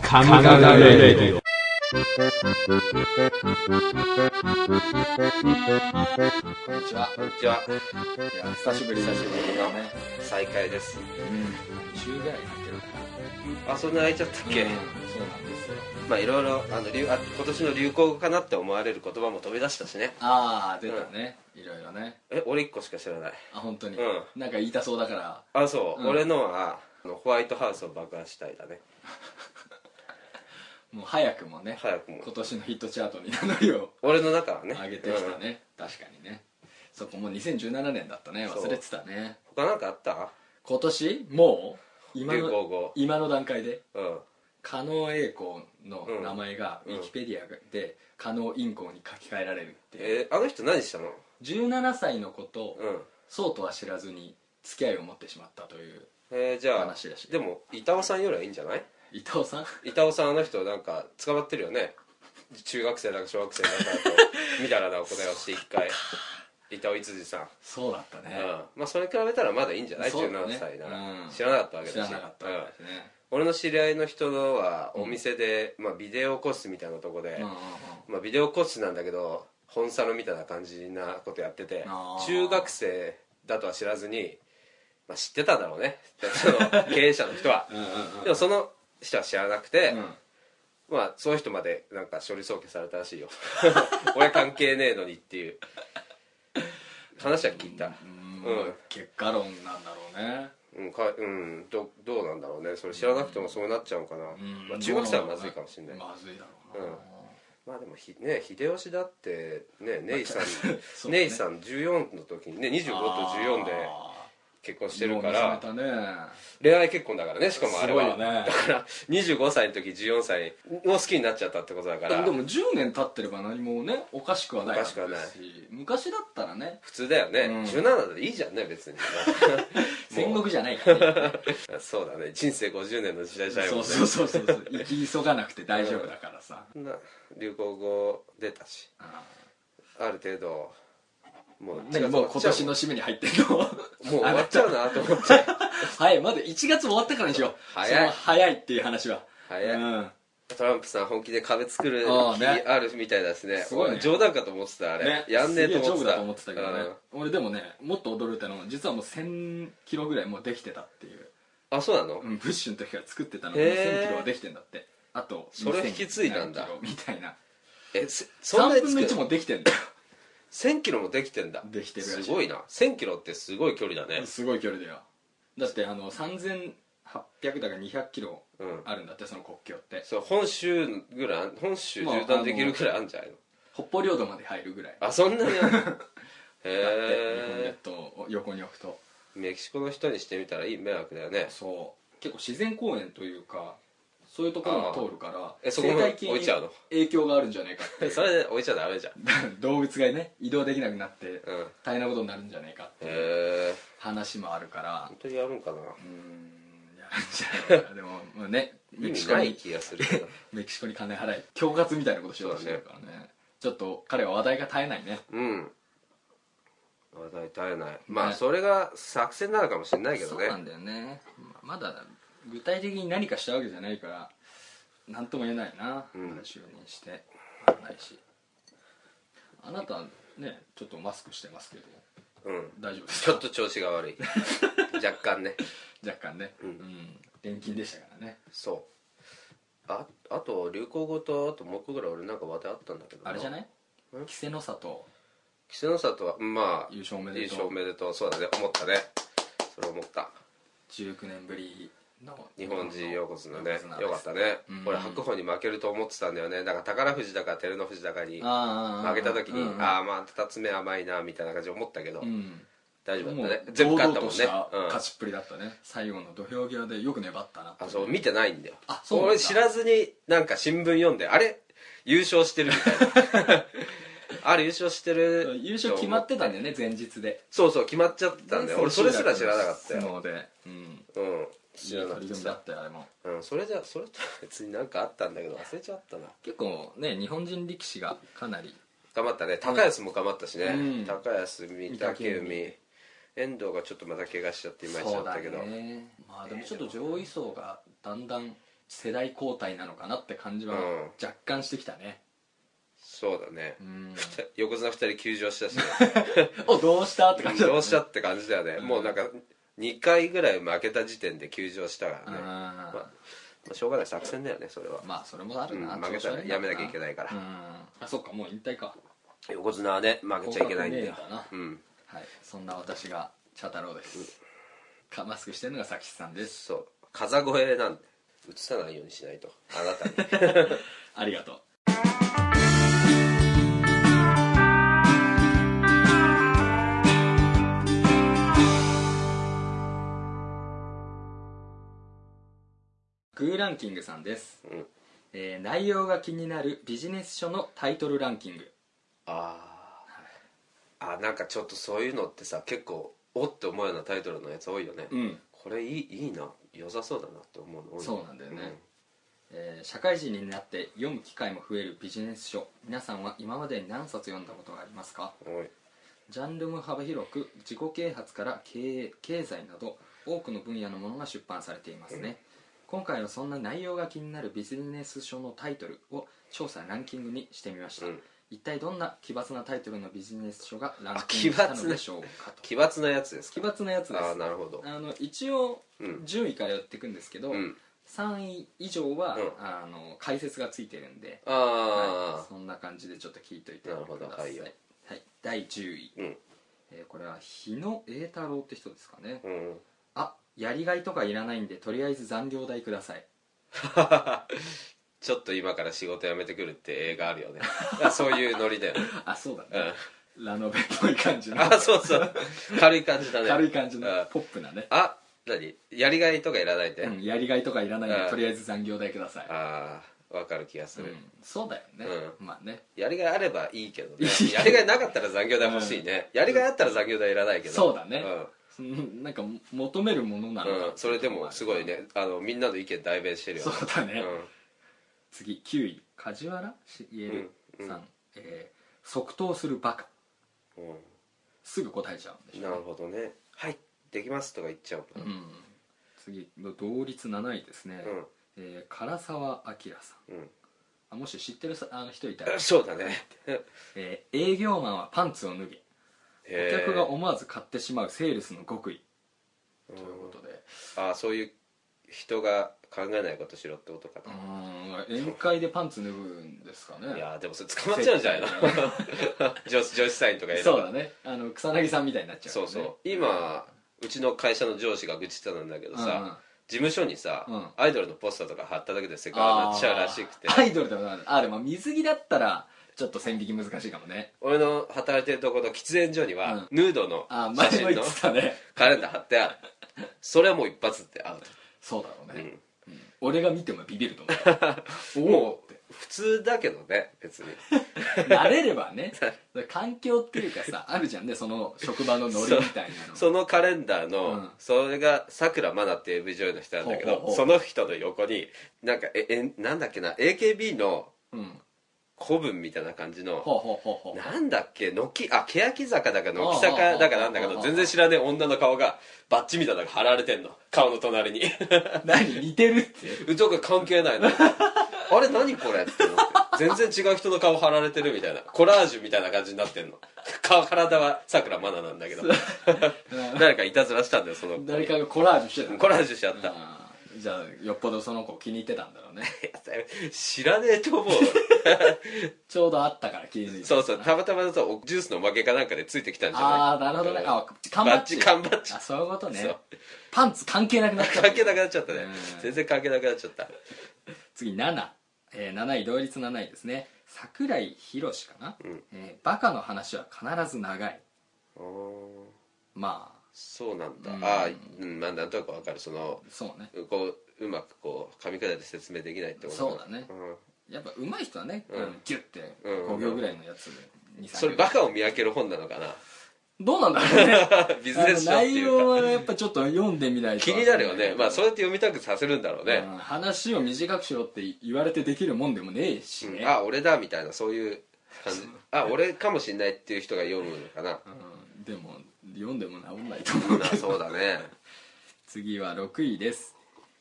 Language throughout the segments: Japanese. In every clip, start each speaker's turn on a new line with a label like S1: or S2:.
S1: 神々レディオ
S2: こんにちは。
S3: こんにちは。
S2: いや、久しぶり、久しぶりだね。
S3: 再開です。
S2: うん。週ぐらいになってるか
S3: あ、そんな空いちゃったっ
S2: な。
S3: け、
S2: うんそうなんですよ。
S3: まあいろいろ、あの、流あ今年の流行語かなって思われる言葉も飛び出したしね。
S2: あー、出たね。いろいろね。
S3: え、俺一個しか知らない。
S2: あ、本当に。
S3: う
S2: なんか言いたそうだから。
S3: あ、そう。
S2: うん
S3: 俺のは、あのホワイトハウスを爆破したいだね。
S2: もう早くもね、
S3: 早くも。
S2: 今年のヒットチャートに名乗りを
S3: 俺の中 はね。
S2: 上げてきたね。確かにね。そこもう2017年だったね。忘れてたね。
S3: うん他なんかあった
S2: 今年もう今
S3: 流行
S2: の、
S3: 語。
S2: 今の段階で。
S3: うん。
S2: 加納栄光の名前がウ
S3: うん
S2: ィキペディアで加納インコに書き換えられるっていう、
S3: えーあの人何したの
S2: 17歳の子と
S3: うん。
S2: そうとは知らずに付き合いを持ってしまったという
S3: えーじゃあ
S2: 話だし、
S3: でも、板尾さんよりはいいんじゃない
S2: 伊藤さん
S3: 板尾さんあの人なんか捕まってるよね中学生なんか小学 生なんかだとみたいなお答えをして一回板尾一次さん、
S2: そうだった
S3: うん
S2: ね、
S3: まあそれに比べたらまだいいんじゃない、
S2: そうだね
S3: 17歳なら、
S2: うん
S3: 知らなかったわけ
S2: 知
S3: だ
S2: ら
S3: し
S2: なかった
S3: うん
S2: ですね、
S3: 俺の知り合いの人のはお店で、まあ、ビデオ個室みたいなとこで、
S2: うんうんうん
S3: まあ、ビデオ個室なんだけど本サロみたいな感じなことやってて
S2: あー
S3: 中学生だとは知らずに、まあ、知ってたんだろうね その経営者の人は、
S2: うんうんうん
S3: でもその人は知らなくて、
S2: うん
S3: まあそういう人までなんか処理送検されたらしいよ 俺関係ねえのにっていう話は聞いた
S2: うん
S3: うん
S2: まあ結果論なんだろうね
S3: うんかうんどどうなんだろうねそれ知らなくてもそうなっちゃうのかな、
S2: うん
S3: まあ、中学生はまずいかもしれない、
S2: まずいだろうな、
S3: うんまあでもひね秀吉だってねネイさ
S2: そ
S3: ん、
S2: うね
S3: ネイさん14の時にね25と14で結婚してるか
S2: あ
S3: ら
S2: ーもう見つめたね
S3: 恋愛結婚だからねしかもあれは
S2: すごいね
S3: だから25歳の時14歳を好きになっちゃったってことだか
S2: で
S3: ら
S2: もでも10年経ってれば何もねおかしくはない
S3: おかしくはない
S2: わけですし昔だったらね
S3: 普通だよね、
S2: うん
S3: 17でいいじゃんね別に
S2: 戦国じゃないからね
S3: そうだね人生50年の時 代じゃないもん
S2: そ
S3: ね
S2: うそうそうそうそう生き急がなくて大丈夫だからさ、
S3: そんな流行語出たし
S2: あ
S3: ある程度もう
S2: ーなんかもう今年の締めに入ってんの
S3: もう終わっちゃうなと思って
S2: はいまだ1月終わったからにしよう
S3: 早い
S2: その早いっていう話は
S3: 早い
S2: うん、
S3: トランプさん本気で壁作る
S2: ああ
S3: 気
S2: ね
S3: あるみたいだしね
S2: すごいね
S3: 俺冗談かと思ってたあれ、
S2: ね
S3: やんねえと思って
S2: すげえ丈夫
S3: た
S2: だと思ってたけどね、俺でもねもっと驚いたのは実はもう1000キロぐらいもうできてたっていう、
S3: うんあそうなの、
S2: うん、ブッシュの時から作ってたの
S3: へ
S2: に
S3: ー
S2: 1000キロはできてんだってあと
S3: それ引き継いだん
S2: 2000
S3: だ
S2: キロみたいな
S3: えせそんな
S2: 3分
S3: に
S2: の1もできてんだよ
S3: 1000キロもできてんだ
S2: できてるらしい
S3: すごいな1000キロってすごい距離だね
S2: すごい距離だよだってあの3800だから200キロ
S3: うん
S2: あるんだってその国境って
S3: そう本州ぐらいあん本州縦断できるぐらいあるんじゃないの、
S2: 北方領土まで入るぐら いだって
S3: あ、そんなにある
S2: 日本
S3: へ
S2: 列島を横に置くと
S3: えメキシコの人にしてみたらいい迷惑だよね
S2: そう結構自然公園というかそういうところも通るから
S3: えそこも
S2: 生態系に
S3: 置いちゃうの
S2: 影響があるんじゃないかっ
S3: それで置いちゃダメじゃん
S2: て 動物がね移動できなくなって
S3: うんへ
S2: 大変なことになるんじゃないかっていう
S3: え
S2: 話もあるから
S3: 本当にやるんかな
S2: うーんやるんじゃないかなでももうね
S3: 意
S2: メキシ
S3: 味
S2: コ
S3: ない
S2: に
S3: 気がする けど
S2: メキシコに金払い恐喝みたいなことしようとしてるからねちょっと彼は話題が絶えないね
S3: うん話題絶えないまあ
S2: ね
S3: それが作戦なのかもしれないけど
S2: そうなん
S3: ね
S2: だよねままだ具体的に何かしたわけじゃないから何とも言えないな、
S3: うん
S2: まだ就任してわかんないしあなたねちょっとマスクしてますけど
S3: うん
S2: 大丈夫です
S3: ちょ
S2: か
S3: っと調子が 悪い若干ね
S2: 若干ね
S3: うん
S2: うん錬金でしたからね
S3: そうああと流行語とあともう一個ぐらい俺なんか話題あったんだけど
S2: あれじゃないい稀勢の里
S3: 稀勢の里はまあ
S2: 優勝おめで
S3: 優
S2: と
S3: 勝お
S2: う
S3: めでとうそうだね思ったねそれ思った
S2: 19年ぶりの
S3: 日本人横綱ね
S2: 横
S3: よかったね
S2: うん
S3: 俺白鵬に負けると思ってたんだよねなんか宝富士だか照ノ富士だかに
S2: ああ
S3: 負けた時に
S2: うんうん
S3: ああまあ2つ目甘いなみたいな感じ思ったけど、
S2: うん
S3: 大丈夫だったね
S2: もう
S3: 全部勝ったもんね
S2: 堂々とした
S3: うん
S2: 勝ちっぷりだったね、最後の土俵際でよく粘ったなって
S3: あそう見てないんだよ
S2: あそうなんだ
S3: 俺知らずになんか新聞読んであれ優勝してるみたい なあれ優勝してる
S2: 優勝決まってたんだよね前日で
S3: そうそう決まっちゃってたんだよ俺それすら知らなかった
S2: 相
S3: よ
S2: 撲でうん
S3: うん
S2: い
S3: 知
S2: い
S3: らなか
S2: 取り組みだ
S3: っ
S2: ったよあれも
S3: たうんそれじゃそれとは別になんかあったんだけど忘れちゃったな
S2: 結構ね日本人力士がかなり
S3: 頑張ったね高安も頑張ったしね、
S2: うん
S3: 高安御嶽
S2: 御嶽海
S3: 海遠藤がちょっとまた怪我しちゃっていまいちだったけど
S2: ねまあでもちょっと上位層がだんだん世代交代なのかなって感じは
S3: うん
S2: 若干してきたね
S3: そうだね
S2: う、 ん
S3: 横綱2人休 場したし、ね、
S2: おどうしたって感じだ
S3: どう
S2: た
S3: したって感じだよね、もうなんか2回ぐらい負けた時点で休場したからね、まあ
S2: あ
S3: まあ、しょうがない作戦だよねそれは
S2: ー、まあそれもあるな、
S3: うん
S2: 調子
S3: 負けたら
S2: 悪んだろう
S3: やめなきゃいけないから
S2: うんあそっかもう引退か
S3: 横綱はね負けちゃいけないんだよ
S2: 降格ね
S3: うん
S2: はいそんな私が茶太郎ですかマスクしてるのが佐吉さんです
S3: そう風越えなんで映さないようにしないとあなたに
S2: ありがとうグーランキングさんです、
S3: うん
S2: えー内容が気になるビジネス書のタイトルランキング
S3: あーあなんかちょっとそういうのってさ結構おって思うようなタイトルのやつ多いよね、
S2: うん
S3: これいいいいな良さそうだなって思うの多い
S2: そうなんだよねえー社会人になって読む機会も増えるビジネス書皆さんは今までに何冊読んだことがありますか
S3: うん多い
S2: ジャンルも幅広く自己啓発から経営経済など多くの分野のものが出版されていますね、今回はそんな内容が気になるビジネス書のタイトルを調査ランキングにしてみました、
S3: うん
S2: 一体どんな奇抜なタイトルのビジネス書がラン
S3: あ
S2: キングしたのでしょうかと
S3: 奇抜なやつです
S2: 奇
S3: か
S2: 抜なやつです
S3: ああー
S2: あ
S3: なるほど
S2: の一応
S3: うん
S2: 順位からやっていくんですけど、
S3: うん
S2: 3位以上は、
S3: うん
S2: あの解説がついてるんで、は
S3: あ
S2: い、そんな感じでちょっと聞いといてくだ
S3: な
S2: さ
S3: る
S2: い
S3: ほどはいよ
S2: はい第10位、
S3: あうん
S2: えーこれは日野栄太郎って人ですかね、
S3: うん
S2: あやりがいとかいらないんでとりあえず残業代ください
S3: ちょっと今から仕事辞めてくるって映画あるよね あそういうノリだよね、
S2: あそうだ
S3: う
S2: ね、ラノベっぽい感じ
S3: ん、
S2: の
S3: あそうそう軽い感じだね
S2: 軽い感じの
S3: うん
S2: ポップなね、
S3: あ何やりがいとかいらないって、
S2: うん、やりがいとかいらないんで
S3: うん
S2: とりあえず残業代ください、
S3: ああわかる気がす
S2: う
S3: る、
S2: ん、そうだよね、
S3: う
S2: まあね
S3: やりがいあればいいけどね
S2: いい
S3: やりがいなかったら残業代欲しいね、やりがいあったら残業代いらないけど
S2: そうだねうんなんか求めるものな
S3: う
S2: の
S3: ん、
S2: か、
S3: うんそれでもすごいねあのみんなの意見代弁してるよ、
S2: そ
S3: ね
S2: うだね、
S3: うん
S2: 次9位梶原し言える
S3: うんうん
S2: さん、えー即答するバカ
S3: う
S2: すぐ答えちゃうんでし
S3: ん、
S2: ょ
S3: なるほどねはいできますとか言っちゃうから
S2: うん次の同率7位ですね、えー唐沢明さん
S3: うん、うん、
S2: あもし知ってるさあの人いたら
S3: そうだね
S2: えー営業マンはパンツを脱げお
S3: へー
S2: 客が思わず買ってしまうセールスの極意と
S3: う
S2: い
S3: ん
S2: うことで
S3: ああそういう人が考えないことしろってことか
S2: う
S3: な、
S2: ーん宴会でパンツ脱ぐんですかね
S3: いやーでもそれ捕まっちゃうん じゃないの女子女子社員とかいる
S2: そうだねあの草薙さんみたいになっちゃうか
S3: そ
S2: ら
S3: う
S2: ね
S3: そう今うちの会社の上司が愚痴ってたんだけどさ、
S2: うんうん
S3: 事務所にさ、
S2: うん
S3: アイドルのポスターとか貼っただけでセクハラになっちゃうらしくて
S2: あーアイドルでもなるあでも水着だったらちょっと線引き難しいかもね
S3: 俺の働いてるところの喫煙所には、ヌードの
S2: あー
S3: 写
S2: 前も
S3: 真
S2: 言
S3: の
S2: ってたね
S3: カレンダー貼ってあ るそれはもう一発ってアウ
S2: そうだろう
S3: ト、
S2: ね、
S3: うん
S2: 俺が見てもビビると思う
S3: もう普通だけどね別に
S2: 慣れれば ね環境っていうかさあるじゃんねその職場のノリみたいなの
S3: そのカレンダーの、
S2: うん
S3: それがさくらまなっていう v 女優の人なんだけど
S2: ほうほうほう
S3: その人の横になんかええなんだっけな AKB の
S2: うん
S3: 古文みたいな感じの
S2: ほうほうほうほう
S3: なんだっけ軒あ欅坂だか軒坂だかなんだか
S2: あああ
S3: の
S2: あ
S3: 全然知らねえ女の顔がバッチみたいなのが貼られてんの顔の 隣に
S2: 何似てるって
S3: うとか関係ないのあれ何これって思って全然違う人の顔貼られてるみたいなコラージュみたいな感じになってんの顔体はさくらまななんだけど誰かいたずらしたんだよその子
S2: 誰かがコラージュしてた
S3: コラージュしちゃった
S2: あーじゃあよっぽどその子気に入ってたんだろうね
S3: 知らねえと思う
S2: ちょうどあったから気に入って
S3: そうそうたまたまとジュースの負けかなんかでついてきたんじ
S2: あ
S3: ゃ
S2: あなるほどね
S3: うん
S2: あ缶バッチ
S3: バッチ缶バッチ
S2: あそういうことね
S3: そう
S2: パンツ関係なくなっちゃ
S3: な
S2: っ
S3: い
S2: た
S3: 関係なくなっちゃったね
S2: うん
S3: 全然関係なくなっちゃった
S2: 次7、えー7位同率7位ですね桜井宏かな、
S3: うん
S2: えーバカの話は必ず長いまあ
S3: そうなんだ、
S2: うん
S3: ああうんまあなんとなくわかるその
S2: そうね
S3: うこううまくこう噛み砕いて説明できないってこと
S2: そうだね
S3: ん
S2: やっぱ上手い人はね、
S3: うん
S2: あのギュッて
S3: うん
S2: 5秒ぐらいのやつで2 3
S3: それバカを見分ける本なのかな
S2: どうなんだろうね
S3: ビジネス書
S2: あの
S3: っ
S2: 内
S3: て い
S2: 容
S3: うか
S2: はやっぱちょっと読んでみないと
S3: 気になるよねまあそう
S2: う
S3: やって読みたくさせるんだろうね
S2: ん、話を短くしろって言われてできるもんでもねえしね、
S3: うんあ俺だみたいなそういう感じあ俺かもしんないっていう人が読む のかな
S2: うんで も読んでも治んないと思うけど
S3: あそうだね
S2: 次は6位です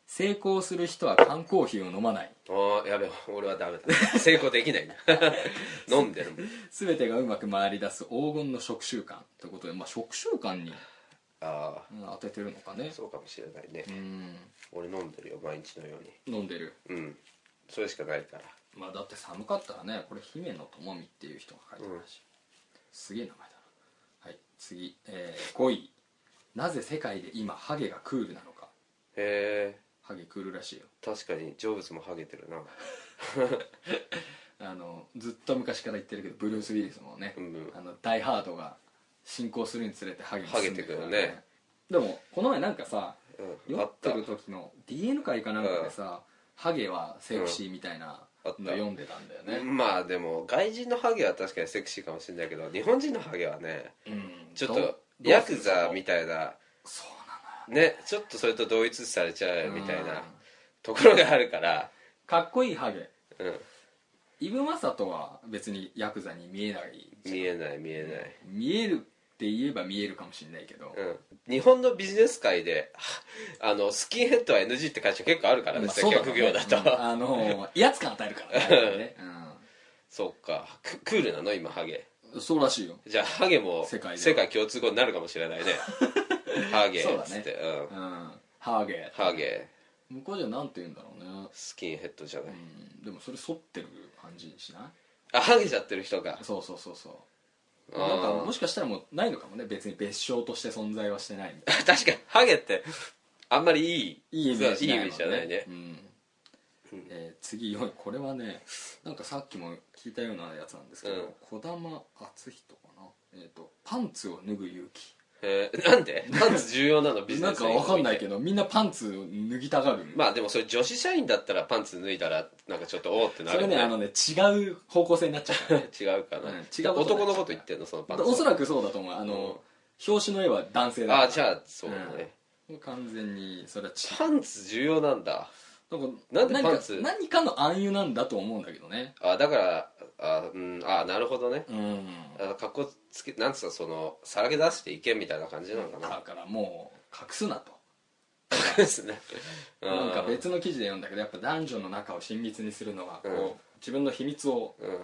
S2: 成功する人は缶コーヒーを飲まない
S3: ああやべ俺はダメだ成功で きないな飲んでるもん
S2: 全てがうまく回り出す黄金の食習慣ということで、まあ、食習慣に
S3: あ
S2: うん当ててるのかね
S3: あそうかもしれないね
S2: うん
S3: 俺飲んでるよ毎日のよう
S2: 飲んでる
S3: にうんそれしかないから
S2: まあだって寒かったらねこれ姫野智美っていう人が書いてるらしい、すげえ名前だなはい次、え5位なぜ世界で今ハゲがクールなのか
S3: へえ
S2: ハゲクールらしいよ
S3: 確かにジョブズもハゲてるな
S2: あのずっと昔から言ってるけどブルース・ウィリスもね、
S3: うん
S2: あのダイ・ハードが進行するにつれてハゲに進んでいから
S3: ハゲてくよね
S2: でもこの前なんかさ
S3: うん
S2: 酔
S3: あっ
S2: ったてる時の DN 会かなんかでさ、ハゲはセクシーみたいなの
S3: うんあった
S2: 読んでたんだよね、
S3: まあでも外人のハゲは確かにセクシーかもしれないけど日本人のハゲはね
S2: うん
S3: ちょっ
S2: どう
S3: とヤク
S2: どうす
S3: ザ
S2: る
S3: みたいな
S2: そう
S3: ねちょっとそれと同一視されちゃ
S2: な
S3: う
S2: の
S3: みたいな
S2: うん
S3: ところがあるから
S2: かっこいいハゲ
S3: うん
S2: イブ・マサトは別にヤクザに見えない
S3: 見えない見え
S2: 見えるって言えば見えるかもしれないけど
S3: な、い、うん、日本のビジネス界で ああのスキンヘッドは NG って会社結構あるからね、
S2: まあ
S3: 接客業だと、
S2: そうろうねうんあの威圧感与えるからねね、
S3: そっかククールなの今ハゲ
S2: うん、そうらしいよ
S3: じゃあハゲも
S2: 世界で
S3: 共通語になるかもし れないねハゲっ
S2: そうだね
S3: つって、
S2: うんハゲ
S3: うん、ハゲ
S2: 向こうじゃなんて言うんだろうね
S3: スキンヘッドじゃない、
S2: うんでもそれ反ってる感じにしない
S3: あハゲちゃってる人が
S2: そうそうそうそう
S3: あ
S2: なんか
S3: ー
S2: もしかしたらもうないのかもね別に別称として存在はしてないみたい
S3: 確かにハゲってあんまりいい
S2: いいイメージ
S3: そういい
S2: ない
S3: イ
S2: もん
S3: メージじゃないね
S2: うん
S3: うん
S2: えー次4位これはねなんかさっきも聞いたようなやつなんですけど、
S3: うん
S2: 児玉篤人かな、えー、とパンツを脱ぐ勇気
S3: えーなんでパンツ重要なのビジ
S2: なん
S3: ネス
S2: かわかんないけどみんなパンツを脱ぎたがる、
S3: まあでもそれ女子社員だったらパンツ脱いだらなんかちょっとおおってな
S2: そ
S3: る
S2: れ
S3: よ
S2: ねあのね違う方向性になっちゃう からね
S3: 違うかな、
S2: うん違うことになっちゃう
S3: 男のこと言ってんのそのパンツ
S2: おそら
S3: く
S2: くそうだと思うあの、表紙の絵は男性だから
S3: あじゃあそうだね、
S2: もう完全にそれは違
S3: パンツ重要なんだ
S2: う
S3: なんで
S2: 何
S3: パ
S2: か
S3: ンツ
S2: 何かの暗喩なんだと思うんだけどね
S3: あだからあうんあなるほどね
S2: うん
S3: あかっこつけなんつうのそのさらけ出していけみたいな感じなのかな
S2: だからもう隠すなと
S3: ですねう
S2: なんか別の記事で読んだけどやっぱ男女の中を親密にするのはこう、
S3: うん
S2: 自分の秘密を
S3: うん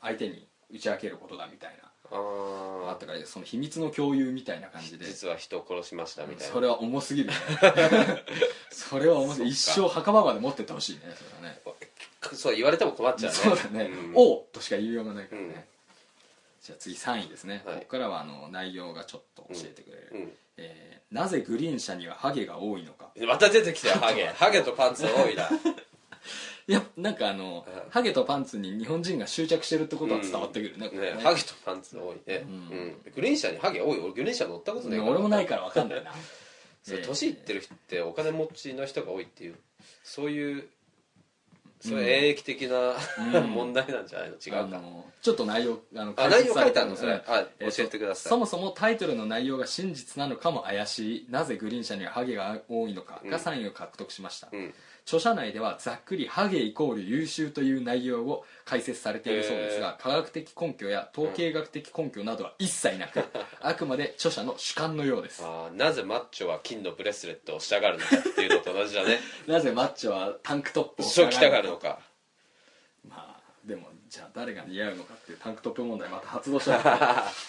S2: 相手に打ち明けることだみたいな
S3: あー
S2: あったからその秘密の共有みたいな感じで
S3: 実は人を殺しましたみたいな
S2: それは重すぎるね それは重すぎる一
S3: そ
S2: 生墓場まで持ってってほしいねそれはね
S3: そう言われても困っちゃうね
S2: そうだね
S3: う
S2: 「
S3: ん
S2: おう」としか言いようがないからね、
S3: うん
S2: じゃあ次3位ですね、
S3: はい
S2: ここからはあの内容がちょっと教えてくれる、
S3: うん
S2: えーなぜグリーン車にはハゲが多いのか
S3: また出てきたよ ハゲハゲとパンツ多いな
S2: いやなんかあの、
S3: うん
S2: ハゲとパンツに日本人が執着してるってことは伝わってくるね,これね、
S3: ねハゲとパンツ多いね
S2: うん
S3: うんグリーン車にハゲ多い俺グリーン車乗ったことないから
S2: 俺もないから分かんないな
S3: そう
S2: えー
S3: 年いってる人ってお金持ちの人が多いっていうそういうそういう演疫的な、
S2: うん
S3: 問題なんじゃないの 違う
S2: あ
S3: か
S2: のちょっと内容あの
S3: あ
S2: 解
S3: 内
S2: 説
S3: 容
S2: さ
S3: 書い
S2: れ
S3: てあるのそれ、
S2: うん
S3: あ
S2: えー
S3: 教えてください
S2: そもそもタイトルの内容が真実なのかも怪しいなぜグリーン車にはハゲが多いのかが3位を獲得しました、
S3: うん、
S2: 著者内ではざっくりハゲイコール優秀という内容を解説されているそうですが、科学的根拠や統計学的根拠などは一切なく、あくまで著者の主観のようです
S3: あーなぜマッチョは金のブレスレットをしたがるのかっていうのと同じ だね
S2: なぜマッチョはタンクトップを
S3: そう着たがるのか
S2: まあでもじゃあ誰が似合うのかっていうタンクトップ問題また発動した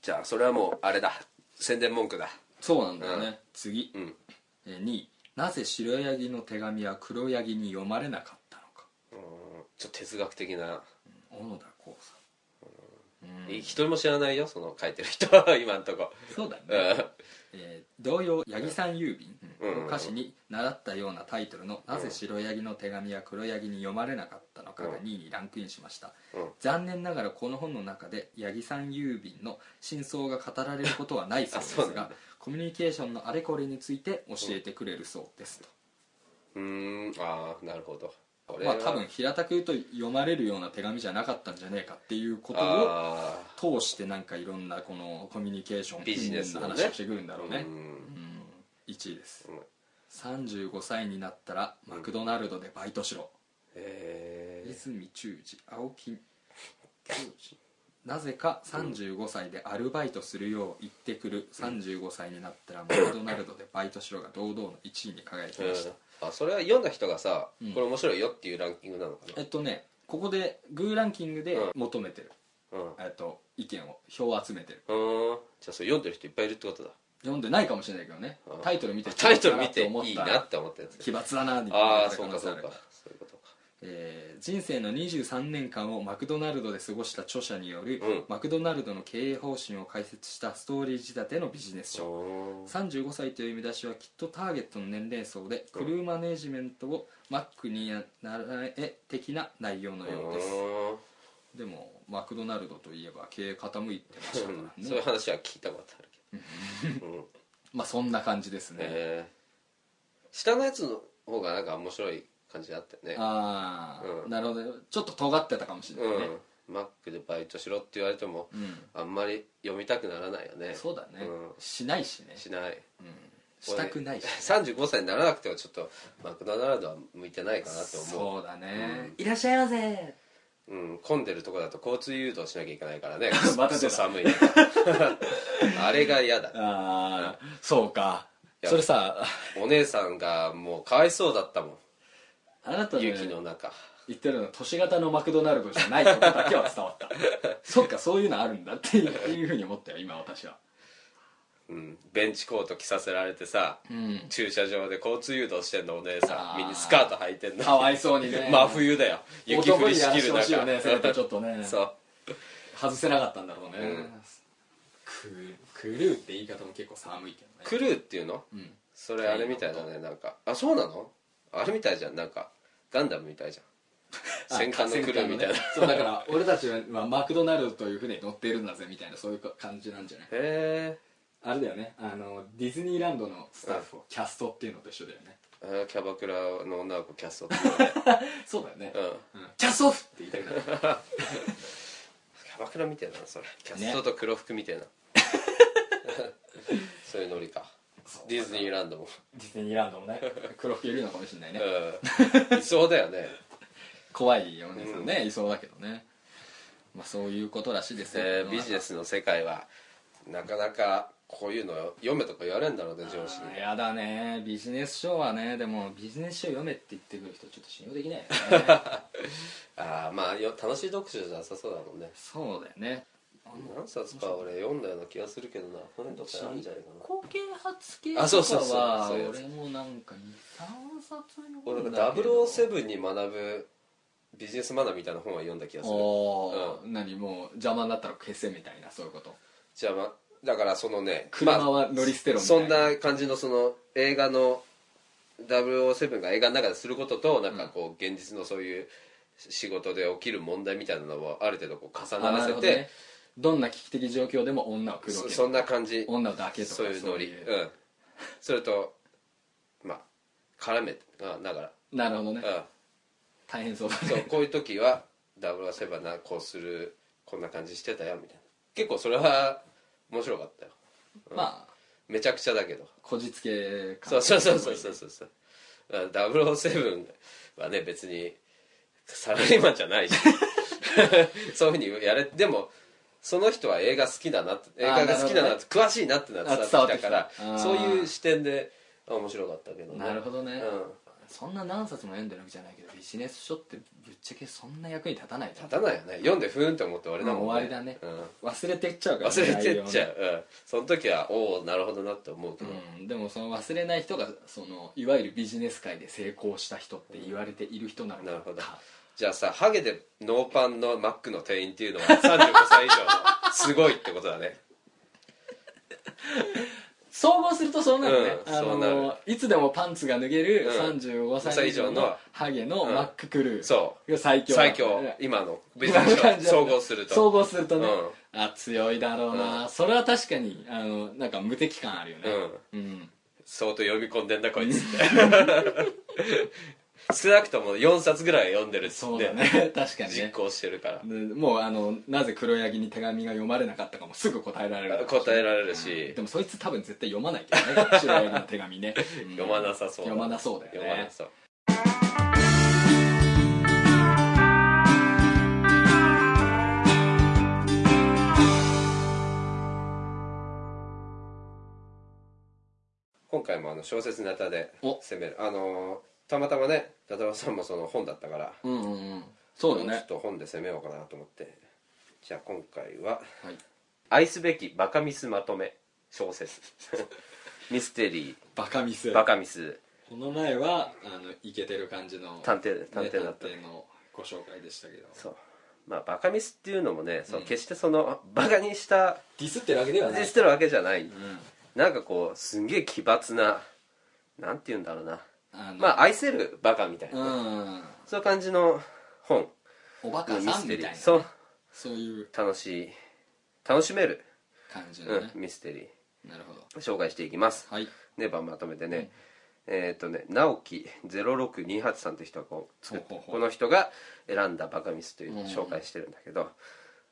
S3: じゃあそれはもうあれだ宣伝文句だ
S2: そうなんだよね、次、
S3: うん
S2: えー2位なぜ白ヤギの手紙は黒ヤギに読まれなかったのか
S3: うんちょっと哲学的な、
S2: 小野田光さん、う
S3: い
S2: ん、
S3: 一人も知らないよその書いてる人は今んとこ、
S2: そうだね、
S3: うん
S2: えー同様「八木さん郵便」
S3: うん
S2: の歌詞に習ったようなタイトルの「なぜ白ヤギの手紙は黒ヤギに読まれなかったのか」が
S3: うん
S2: 2位にランクインしました、
S3: うん
S2: 残念ながらこの本の中で八木さん郵便の真相が語られることはないそうで
S3: あそう
S2: す
S3: なん
S2: が
S3: だ
S2: コミュニケーションのあれこれについて教えてくれるそうですと、
S3: うーんああなるほどこ
S2: まあ多分平たく言うと読まれるような手紙じゃなかったんじゃねえかっていうことを
S3: あ
S2: 通してなんかいろんなこのコミュニケーション
S3: ビジネスのね
S2: の話をしてくるんだ
S3: あ
S2: ろうね、
S3: ん
S2: うん、1位です
S3: うん
S2: 35歳になったらマクドナルドでバイトしろ、
S3: えー
S2: 泉忠治青木忠治なぜか35歳でアルバイトするよう言ってくる35歳になったらマクドナルドでバイトしろが堂々の1位に輝きました、
S3: うんあそれは読んだ人がさ、
S2: うん
S3: これ面白いよっていうランキングなのか
S2: えっとねここでグーランキングで
S3: うん
S2: 求めてる、
S3: なうん
S2: えっと意見を票を集めてる
S3: うーんじゃあそれ読んでる人いっぱいいるってことだ
S2: 読んでないかもしれないけどね
S3: うん
S2: タイトル見て
S3: タイトル見て
S2: 奇抜だ
S3: いい
S2: なって
S3: な
S2: 思っ
S3: って思ったや
S2: た
S3: つ
S2: 奇抜だなみたい
S3: あ
S2: な
S3: あそうかそうかそういうことか
S2: えー人生の23年間をマクドナルドで過ごした著者による、
S3: うん
S2: マクドナルドの経営方針を解説したストーリー仕立てのビジネス書
S3: うーん
S2: 35歳という見出しはきっとターゲットの年齢層でクルーマネジメントをマックにやならえ的な内容のようですでもマクドナルドといえば経営傾いてましたか
S3: うん
S2: ら
S3: そういう
S2: ね
S3: 話は聞いたことあるけど、 うん、
S2: まあそんな感じですね、
S3: えー下のやつの方がなんか面白い感じだったよね
S2: ああ、
S3: うん
S2: なるほどねちょっと尖ってたかもしれないね
S3: うんマックでバイトしろって言われても
S2: うん、
S3: あんまり読みたくならないよね
S2: そうだね、
S3: うん
S2: しないしね
S3: しない
S2: したくないし
S3: 35歳にならなくてはちょっとマクドナルドは向いてないかなと思
S2: そ
S3: う
S2: うだね、いらっしゃいませ
S3: う、ん、混んでるとこだと交通誘導しなきゃいけないから ね
S2: ま
S3: ま
S2: た
S3: た
S2: 出た
S3: 寒い あれが嫌だ
S2: ああそうか
S3: いや
S2: それさ
S3: お姉さんがもうかわいそうだったも
S2: あなた
S3: ん
S2: のね
S3: 雪の中
S2: 言ってるのは都市型のマクドナルドじゃないことだけは伝わった そっかそういうのあるんだっていういうふうに思ったよ今私は
S3: うん、ベンチコート着させられてさ
S2: うん
S3: 駐車場で交通誘導してんのお姉
S2: あー
S3: さんミニスカート履いてんの
S2: かわいそうにね
S3: 真冬だよ雪降りしき
S2: 男にやらせて
S3: る
S2: ほしいよ
S3: 中、
S2: ねそれとちょっとね
S3: そう
S2: 外せなかったんだろうね、
S3: うん
S2: ククルーって言い方も結構寒いけどね
S3: クルーっていうの
S2: うん
S3: それあれみたいだねなんかあそうなのあれみたいじゃんなんかガンダムみたいじゃん戦艦のクルーみたい
S2: 戦艦の
S3: な、
S2: ねそうだから俺たちはマクドナルドという船に乗っているんだぜみたいなそういう感じなんじゃない
S3: へ
S2: あれだよねあのディズニーランドのスタッフをキャストっていうのと一緒だよね
S3: えーキャバクラの女の子キャストって、ね、
S2: そうだよね
S3: うん、
S2: うんキャストオフって言いたいな
S3: キャバクラみたいだなそれキャストと黒服みたいな、そういうノリかディズニーランドも
S2: ディズニーランドもね黒服いるのかもしれないね
S3: うんいそうだ よね
S2: 怖いお姉さんねいそうだけどねまあそういうことらしいですよ
S3: えービジネ
S2: ス
S3: スの世界はなかなかこういうの読めとか言われんだろうね上司に
S2: やだねビジネス書はねでもビジネス書読めって言ってくる人ちょっと信用できないよ ね
S3: ああまあよ楽しい読書じゃなさそうだもんね
S2: そうだよね
S3: 何冊か俺読んだような気がするけどな本とか読んじゃないかな
S2: 後啓発系とか
S3: あそうそうそう
S2: は
S3: そういうやつ
S2: 俺もなんか23冊読んだ
S3: 俺
S2: け
S3: なん
S2: ど
S3: か007に学ぶビジネスマナーみたいな本は読んだ気がする
S2: おー何もう邪魔になったら消せみたいなそういうこと
S3: じゃあまあだからそのね
S2: 車
S3: ま
S2: は乗り捨てろ
S3: あ
S2: みたい
S3: そんな感じのその映画の007が映画の中ですることとなんかこう現実のそういう仕事で起きる問題みたいなのをある程度こう重
S2: あ
S3: な
S2: なる
S3: らせ
S2: ほど
S3: て
S2: ねどんな危機的状況でも女を口説
S3: そ
S2: け
S3: そんな感じ
S2: 女を抱けとか
S3: そういうノ
S2: そ
S3: リ
S2: ういう
S3: うんそれとまあ絡めてあだか
S2: なるほどね
S3: らうん
S2: 大変そうだ
S3: そう
S2: ね
S3: こういう時はダブルセバナこうするこんな感じしてたよみたいな結構それは面白かったよ
S2: まあ
S3: めちゃくちゃだけど
S2: こじつけ感
S3: そうそうそうそうそうそうそうダブルセブンはね別にサラリーマンじ ゃないしそういうふうにやれでもその人は映画好きだなって映画が好きだなって詳しいなってなって
S2: あ
S3: 伝わってきたか
S2: 伝わってきたあ
S3: ら
S2: ー
S3: そういう視点であ面白かったけどね
S2: なるほどね、
S3: うん
S2: そんな何冊も読んでるわけじゃないけどビジネス書ってぶっちゃけそんな役に立たない
S3: 立たないよね読んでふーんって思って終わりだもん、ね、
S2: うん終わりだね
S3: うん
S2: 忘れてっちゃうからね、
S3: 忘れてっちゃ
S2: 内
S3: う、うん、その時はおおなるほどなって思うけ
S2: 容
S3: ど、
S2: ねうん、でもその忘れない人がそのいわゆるビジネス界で成功した人って言われている人なのか
S3: なるほどじゃあさハゲでノーパンのマックの店員っていうのは35歳以上のすごいってことだね
S2: 総合するとそうなるね、
S3: うん
S2: あの
S3: そうなる
S2: いつでもパンツが脱げる
S3: うん
S2: 35歳
S3: 歳
S2: 以
S3: 以
S2: 上
S3: 上
S2: の
S3: の
S2: ハゲのマッククルー
S3: そ
S2: が最
S3: う
S2: 強だ
S3: 最強
S2: ね
S3: 今のビジネスを総合する
S2: 総
S3: と
S2: 合するとね、
S3: う
S2: あ強いだろうな、それは確かにあのなんか無敵感あるよねうん、
S3: 相当読み込んでんだこいつって 少なくとも4冊ぐらいは読んでるっつ
S2: そ
S3: っ
S2: うだ
S3: て、
S2: ね 確かに
S3: 実
S2: ね
S3: 行してるから
S2: でもうあのなぜ黒柳に手紙が読まれなかったかもすぐ答えられる
S3: 答えられるし
S2: でもそいつ多分絶対読まないけどね白柳の手紙ね、うん
S3: 読まなさそう
S2: 読まなそうだよね
S3: 読まなそう今回回もあの小説ネタで
S2: お
S3: 攻めるあのーたまたまね伊達さんもその本だったから
S2: うんうんうんそうだ
S3: ちょ
S2: ね
S3: っと本で攻めようかなと思ってじゃあ今回は
S2: はい
S3: 「愛すべきバカミスまとめ」小説ミステリ
S2: バカミス
S3: ーバカミス
S2: この前はあのイケてる感じの
S3: 探偵探
S2: ね
S3: 偵だった、
S2: 探偵のご紹介でしたけど
S3: そうまあバカミスっていうのもね、そう
S2: うん
S3: 決してそのバカにした
S2: ディスってるわけではない
S3: してるわけじゃない、
S2: うん
S3: なんかこうすんげえ奇抜ななんて言うんだろうな
S2: あの
S3: まあ愛せるバカみたいな、
S2: うん
S3: そういう感じの本
S2: おバカ
S3: ミ
S2: さん
S3: ス
S2: みた
S3: テ
S2: い
S3: リ
S2: な
S3: ー
S2: ね
S3: そう
S2: そういう
S3: 楽しい楽しめる、
S2: 感じ
S3: う
S2: の
S3: ん
S2: ね、
S3: ミステリ
S2: なるほど
S3: ー紹介していきます
S2: はい
S3: ねばまとめてね、えーっ、とね直樹0628さんって人がこう
S2: そうほうほう
S3: この人が選んだバカミスというのを
S2: うん
S3: 紹介してるんだけど、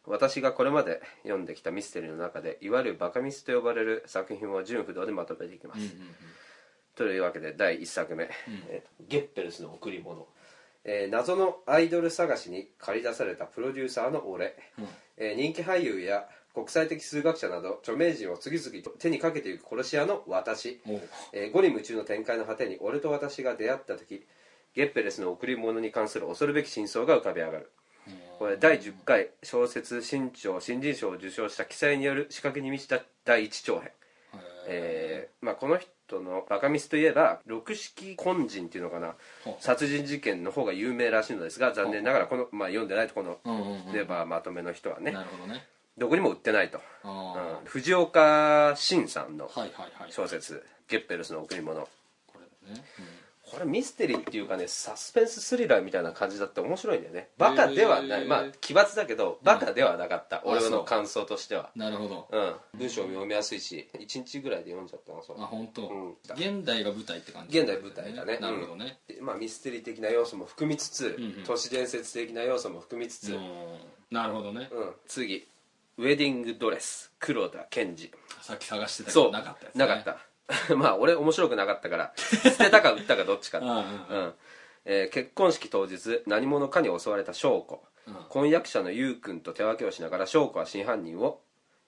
S3: 私がこれまで読んできたミステリーの中でいわゆるバカミスと呼ばれる作品を純不動でまとめていきます、
S2: うんうんうん
S3: というわけで第1作目、えーゲッペルスの贈り物、えー謎のアイドル探しに駆り出されたプロデューサーの俺、
S2: うん
S3: えー人気俳優や国際的数学者など著名人を次々と手にかけていく殺し屋の私、
S2: おう
S3: えー、ゴリ夢中の展開の果てに俺と私が出会った時ゲッペルスの贈り物に関する恐るべき真相が浮かび上がるこれ第10回小説「新潮」新人賞を受賞した記載による仕掛けに満ちた第一長編えーまあ、この人のバカミスといえば六式根人っていうのかな
S2: ほう
S3: 殺人事件の方が有名らしいのですが残念ながらこの、まあ、読んでないとこの
S2: うんうんうん
S3: レバーまとめの人はね、
S2: なるほどね
S3: どこにも売ってないと、
S2: あー
S3: うん藤岡慎さんの
S2: はいはいはい
S3: 小説「ゲッペルスの贈り物」
S2: これね
S3: これミステリーっていうかねサスペンススリラーみたいな感じだって面白いんだよねバカではない、
S2: へー
S3: まあ奇抜だけどバカではなかった、
S2: うん
S3: 俺
S2: あそ
S3: の
S2: う
S3: 感想としては
S2: うんなるほど
S3: うん文章も読みやすいし1日ぐらいで読んじゃったなそれ
S2: あ本当
S3: うん
S2: 現代が舞台って感じ
S3: 現代舞台だね
S2: なるほどね
S3: でまあ、ミステリー的な要素も含みつつ、
S2: うんうん
S3: 都市伝説的な要素も含みつつ、
S2: う
S3: うん
S2: んなるほどね
S3: 次ウェディングドレス黒田賢治
S2: さっき探してたけ
S3: そ
S2: ど
S3: う
S2: なかったやつね
S3: なかった まあ俺面白くなかったから捨てたか売ったかどっちか
S2: うんうん
S3: うんえー結婚式当日何者かに襲われた翔子、
S2: うん
S3: 婚約者の優君と手分けをしながら翔子は真犯人を、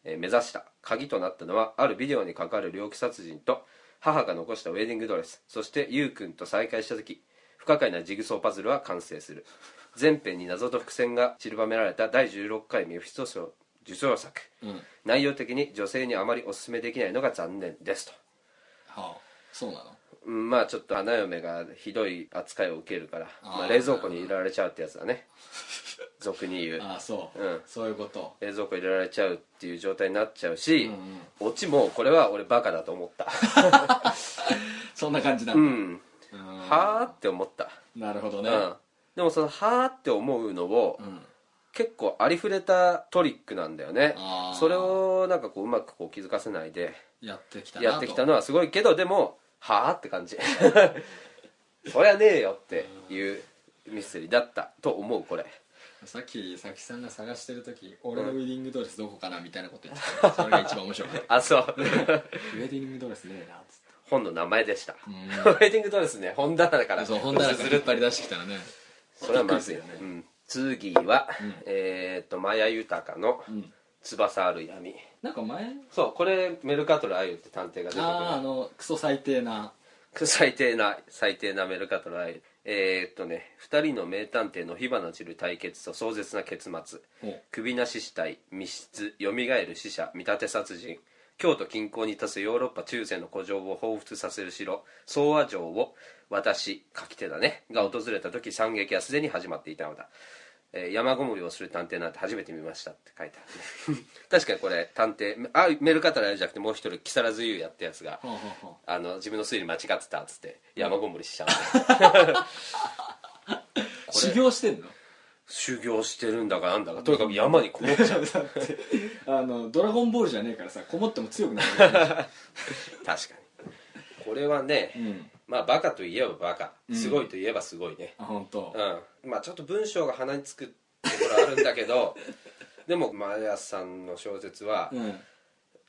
S3: えー目指した鍵となったのはあるビデオにかかる猟奇殺人と母が残したウェディングドレスそして優君と再会した時不可解なジグソーパズルは完成する全編に謎と伏線が散りばめられた第16回メフィスト賞受賞作
S2: うんは
S3: 内容的に女性にあまりお勧めできないのが残念ですと
S2: あそうなの
S3: うんまあちょっと花嫁がひどい扱いを受けるから
S2: あー
S3: まあ、冷蔵庫に入れられちゃうってやつ だね俗に言う
S2: ああそう、
S3: うん
S2: そういうこと
S3: 冷蔵庫入れられちゃうっていう状態になっちゃうし、
S2: うんうん
S3: オチもこれは俺バカだと思った
S2: そんな感じだ、
S3: う
S2: うん
S3: はあって思った、
S2: なるほど
S3: う
S2: ね、
S3: ん、でもそのはあって思うのを、
S2: うん
S3: 結構ありふれたトリックなんだよね
S2: あー
S3: それをなんかこううまくこう気づかせないで
S2: やってきたなと
S3: やってきたのはすごいけどでもはあって感じ そりゃねえよっていうミステリーだったと思うこれ
S2: さっきさきさんが探してる時俺のウェディングドレスどこかなみたいなこと言って たそれが一番面白かった
S3: あそう
S2: ウェディングドレスねえなっつって
S3: 本の名前でした
S2: うん
S3: ウェディングドレスね本棚だから
S2: そう本棚から引っ張り出してきたらね
S3: それはまずいよ
S2: びっ
S3: ね
S2: くりす、る
S3: う
S2: よ
S3: ん、次は、
S2: うん
S3: えっとマヤ豊の
S2: うん
S3: 「翼ある闇
S2: なんか前」
S3: そうこれメルカトルあゆって探偵が出てくる
S2: あああのクソ最低な
S3: 最低な最低なメルカトライえーっとね2人の名探偵の火花散る対決と壮絶な結末
S2: お
S3: 首なし死体密室よみがえる死者見立て殺人京都近郊に立つヨーロッパ中世の古城を彷彿させる城総和城を私書き手だねが訪れた時惨劇はすでに始まっていたのだ、えー山ごもりをする探偵なんて初めて見ましたって書いてある ね確かにこれ探偵あメルカトライじゃなくてもう一人木更津優やったやつが
S2: ほうほうほ
S3: あの自分の推理間違ってたっつって山ごもりしちゃうんだよ、
S2: う修行してんの
S3: 修行してるんだかなんだかとにかく山にこもっちゃう 確か
S2: あのドラゴンボールじゃねえからさこもっても強くなる よね
S3: にこれはね、
S2: うん
S3: まあバカといえばバカすごいといえばすごいね
S2: あ本当
S3: う。ん、まあちょっと文章が鼻につくところあるんだけ どでもマヤさんの小説は、
S2: うん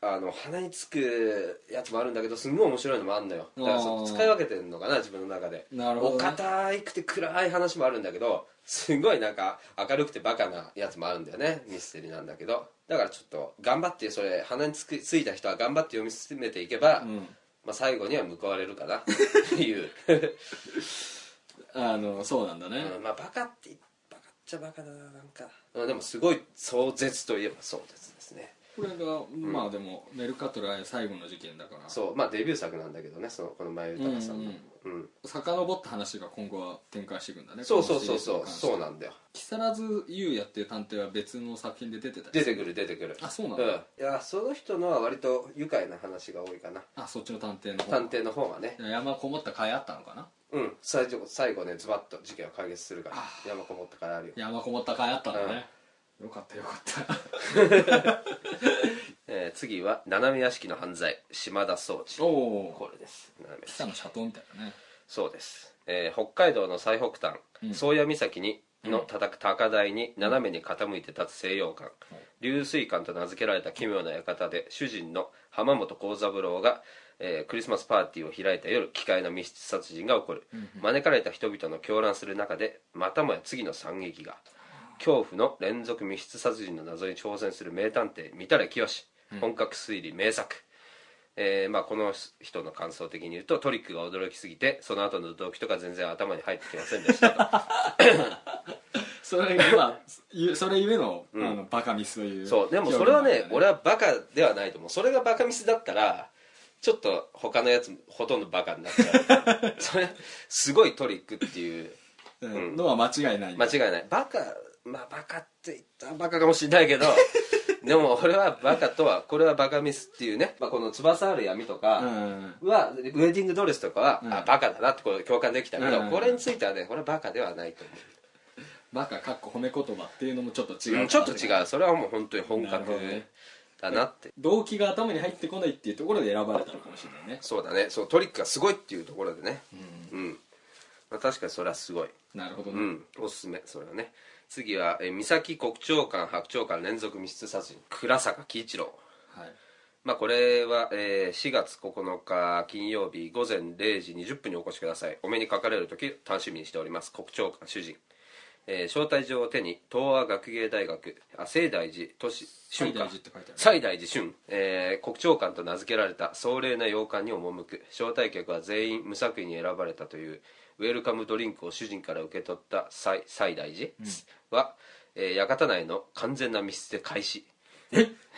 S3: あの鼻につくやつもあるんだけどすんごい面白いのもあんのよだからその
S2: あー
S3: 使い分けてんのかな自分の中で
S2: なるほどね
S3: お堅いくて暗い話もあるんだけどすごいなんか明るくてバカなやつもあるんだよねミステリーなんだけどだからちょっと頑張ってそれ鼻につくついた人は頑張って読み進めていけば、
S2: うん
S3: まあ、最後には報われるかなっていう、
S2: あのそうなんだね、
S3: うんまあバカってバカっちゃバカだななんか、うんでもすごい壮絶といえば壮絶ですね
S2: これが、まあでもメルカトラへ最後の事件だから
S3: そうまあデビュー作なんだけどねそのこの前豊さんの、うん
S2: 遡った話が今後は展開していくんだね
S3: そうそうそうそ
S2: こ
S3: う
S2: のシリーズに関して
S3: そうなんだよ
S2: 木更津優也っていう探偵は別の作品で出てたり
S3: 出
S2: す
S3: てくる出てくる
S2: あそうなん
S3: う
S2: だ、
S3: んいやその人のは割と愉快な話が多いかな
S2: あそっちの探偵の方
S3: 探偵の方がね
S2: 山こもった甲斐あったのかな
S3: うん最後最後ねズバッと事件を解決するから
S2: あ
S3: 山こもったからあるよ、
S2: 山こもった甲斐あったんだね、よかったよかった
S3: えー次は斜め屋敷の犯罪島田総知
S2: おお
S3: これです斜め屋敷
S2: 北の斜塔みたいなね
S3: そうです、えー北海道の最北端
S2: うん
S3: 宗谷岬にの叩く高台に斜めに傾いて立つ西洋館流水館と名付けられた奇妙な館で主人の浜本幸三郎が、えークリスマスパーティーを開いた夜奇怪な密室殺人が起こる
S2: うん
S3: 招かれた人々の狂乱する中でまたもや次の惨劇が恐怖の連続密室殺人の謎に挑戦する名探偵三谷清本格推理名作、えーまあ、この人の感想的に言うとトリックが驚きすぎてその後の動機とか全然頭に入ってきませんでした と
S2: それがまあゆそれゆえの,、
S3: うん
S2: あのバカミスという
S3: そうでもそれはね俺
S2: は
S3: はバカではないと思うそれがバカミスだったらちょっと他のやつほとんどバカになっちゃ うそれすごいトリックっていううん
S2: のは間違いないんだ
S3: 間違いないバカまあバカって言ったらバカかもしれない けどでも俺はバカとはこれはバカミスっていうね、まあ、この翼ある闇とか、
S2: うん
S3: はウェディングドレスとかは、
S2: うん
S3: あバカだなってこう共感できたけど、
S2: うん
S3: これについてはねこれはバカではないと思
S2: バカかっこ褒め言葉っていうのもちょっと
S3: う、
S2: 違う、
S3: ちょっと違うそれはもう本当に本
S2: なる
S3: 格
S2: ほどね
S3: だなって
S2: 動機が頭に入ってこないっていうところで選ばれたのかもしれないね
S3: そうだねそうトリックがすごいっていうところでねうん、まあ、確かにそれはすごい
S2: なるほどね、
S3: うんおすすめそれはね次は、えー三崎国長官白長官連続密室殺人倉坂喜一郎
S2: はい
S3: まあこれは、えー4月9日金曜日午前0時20分にお越しくださいお目にかかれる時楽しみにしております国長官主人、えー招待状を手に東亜学芸大学あ西大寺都市
S2: 最
S3: 春
S2: 大
S3: か
S2: 寺って書いてある
S3: 西大寺春、えー国長官と名付けられた壮麗な洋館に赴く招待客は全員無作為に選ばれたというウェルカムドリンクを主人から受け取った西西大寺は、えー館内の完全な密室で開始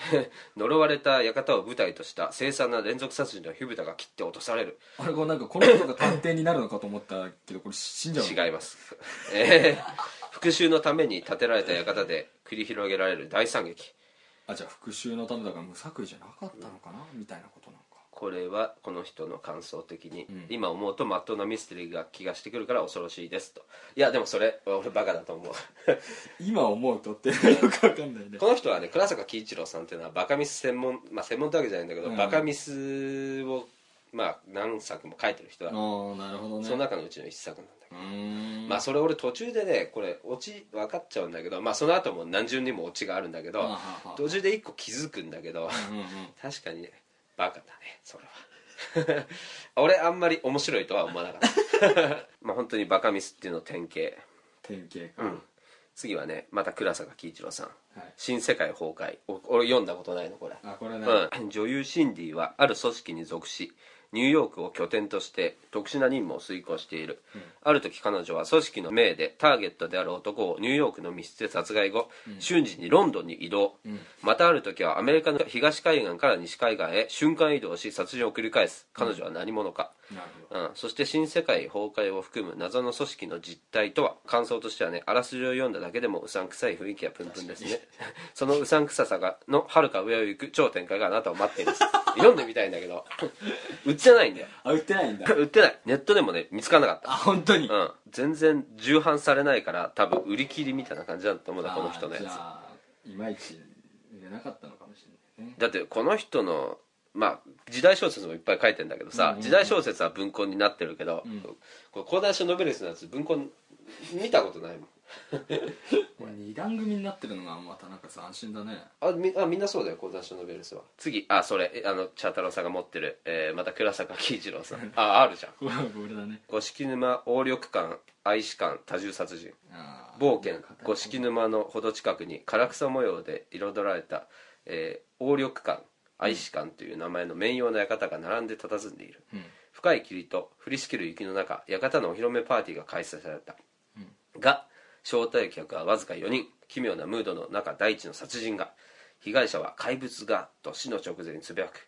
S3: 呪われた館を舞台とした凄惨な連続殺人の火蓋が切って落とされる
S2: あれこれなんかこの人が探偵になるのかと思ったけどこれ死んじゃうの
S3: 違います、えー復讐のために建てられた館で繰り広げられる大惨劇
S2: あじゃあ復讐のためだから無作為じゃなかったのかな、みたいなことなのか
S3: これはこの人の感想的に、
S2: ん
S3: 今思うとまっとうなミステリーが気がしてくるから恐ろしいですといやでもそれ俺バカだと思う
S2: 今思うとっていうのがよくわかんないね
S3: この人はね倉坂喜一郎さんっていうのはバカミス専門まあ専門ってわけじゃないんだけど、
S2: うん
S3: バカミスをまあ何作も書いてる人
S2: あ
S3: だ、
S2: あなるほどね
S3: その中のうちの一作なんだけ
S2: うー
S3: ど、
S2: ん
S3: まあそれ俺途中でねこれオチ分かっちゃうんだけどまあその後も何重にもオチがあるんだけど、
S2: はあはあはあ
S3: 途中で一個気づくんだけど、
S2: うんうん
S3: 確かにねバカだねそれは 俺あんまり面白いとは思わなかった まあ本当にバカミスっていうの典型
S2: 典型か、
S3: うん次はねまた倉坂喜一郎さん
S2: はい
S3: 「新世界崩壊」お俺読んだことないのこれ、
S2: あこれね、
S3: うん、女優シンディはある組織に属しニューヨークを拠点として特殊な任務を遂行している、ある時彼女は組織の命でターゲットである男をニューヨークの密室で殺害後、瞬時にロンドンに移動、またある時はアメリカの東海岸から西海岸へ瞬間移動し殺人を繰り返す彼女は何者か、
S2: なるほど
S3: うん、そして新世界崩壊を含む謎の組織の実態とは感想としてはねあらすじを読んだだけでもうさんくさい雰囲気がプンプンですね そのうさんくささがのはるか上を行く超展開があなたを待っています読んでみたいんだけど 売ってないんだよ
S2: あ売ってないん だ
S3: 売ってないネットでもね見つからなかった
S2: あ本当に、
S3: うん、全然重版されないから多分売り切りみたいな感じだと思うんだ
S2: あー
S3: この人のや
S2: じゃ
S3: つ
S2: あいまいち売れなかったのかもしれないね
S3: だってこの人のまあ時代小説もいっぱい書いてんだけどさ、時代小説は文庫になってるけど、これ講談社ノベルスのやつ文庫見たことないもん
S2: これ二段組になってるのがまたなんかさ安心だね
S3: あみあみんなそうだよ講談社ノベルスは次あそれえあの茶太郎さんが持ってる、えーまた倉坂喜一郎さ んああるじゃん
S2: これはこれだね
S3: 五色沼横緑館愛士館多重殺人
S2: あー
S3: 冒険五
S2: こ
S3: 色沼のほど近くに唐草模様で彩られた、えー、王緑館愛士館という名前の面用の館が並んで佇んでいる
S2: うん
S3: 深い霧と降りしきる雪の中館のお披露目パーティーが開催された、
S2: う
S3: が招待客はわずか4人奇妙なムードの中第一の殺人が被害者は怪物がと死の直前につぶやく、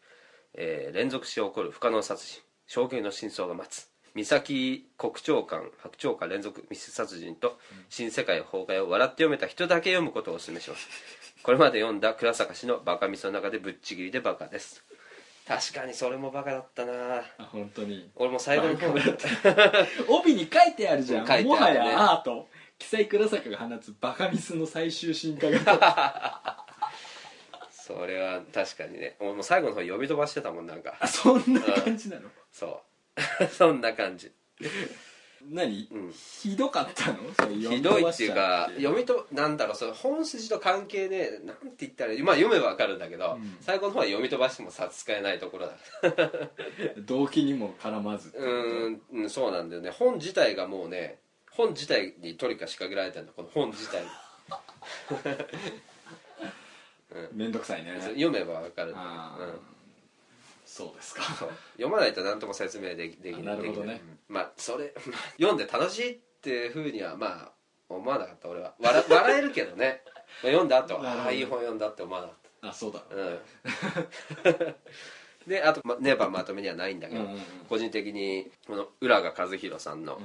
S3: えー連続して起こる不可能殺人衝撃の真相が待つ三崎国長官白鳥館連続密室殺人と新世界崩壊を笑って読めた人だけ読むことをお勧めしますこれまで読んだ倉坂氏のバカミソの中でぶっちぎりでバカです確かにそれもバカだったな
S2: あ本当に
S3: 俺も最後の方
S2: バカ帯に書いてあるじゃん、
S3: 書いてあるね
S2: もはやアート記載倉坂が放つバカミスの最終進化型
S3: それは確かにね俺もう最後の方読み飛ばしてたもんなん か
S2: あそんな感じなの、
S3: そう そんな感じ
S2: 何、
S3: うん
S2: ひどかったのそれ読
S3: ひ
S2: み
S3: ど
S2: 飛
S3: い
S2: ば
S3: って
S2: し
S3: い
S2: ち
S3: う
S2: ゃ
S3: か読みとなんだろうその本筋と関係ねえなんて言ったらいいまあ読めばわかるんだけど、
S2: うん
S3: 最後の方は読み飛ばしても差し支えないところだ
S2: 動機にも絡まずって
S3: う
S2: こと
S3: ーんうんそうなんだよね本自体がもうね本自体にトリカ仕掛けられてるんだこの本自 体
S2: めんどくさいね
S3: 読めばわかるんだ
S2: あ
S3: け
S2: ー
S3: ど、うん
S2: そうです
S3: そ
S2: か
S3: う読まないと何とも説明できでき
S2: あなるほどね
S3: できないまあそれ 読んで楽しいっていうふうにはまあ思わなかった俺は笑 笑えるけどね読んだ後
S2: なるほど
S3: ああいい本読んだって思わなかっ
S2: あそうだ
S3: たうん であと、ま、ネバーまとめにはないんだけど、
S2: うんうんうん
S3: 個人的にこの浦賀和弘さんの、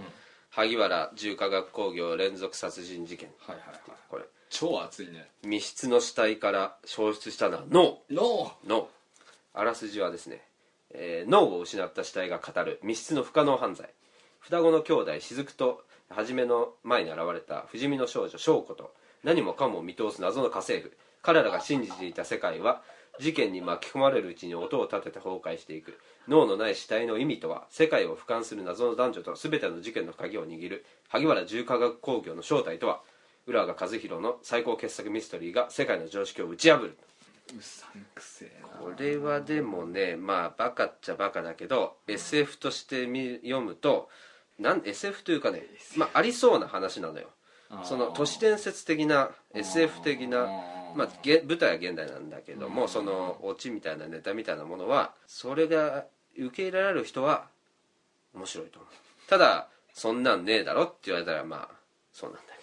S3: 萩原重化学工業連続殺人事件
S2: はいはいはい
S3: これ
S2: 超熱いね
S3: 密室の死体から消失したのは脳
S2: の
S3: のあらすじはですね、えー脳を失った死体が語る密室の不可能犯罪双子の兄弟雫と初めの前に現れた不死身の少女翔子と何もかも見通す謎の家政婦彼らが信じていた世界は事件に巻き込まれるうちに音を立てて崩壊していく脳のない死体の意味とは世界を俯瞰する謎の男女と全ての事件の鍵を握る萩原重化学工業の正体とは浦賀和弘の最高傑作ミステリーが世界の常識を打ち破る
S2: うさんくせえな
S3: これはでもねまあバカっちゃバカだけど SF としてみ読むとなん SF というかね、まあ、ありそうな話なのよ
S2: あー
S3: その都市伝説的な SF 的な
S2: あー
S3: まあ、げ舞台は現代なんだけどもそのオチみたいなネタみたいなものはそれが受け入れられる人は面白いと思うただそんなんねえだろって言われたらまあそうなんだ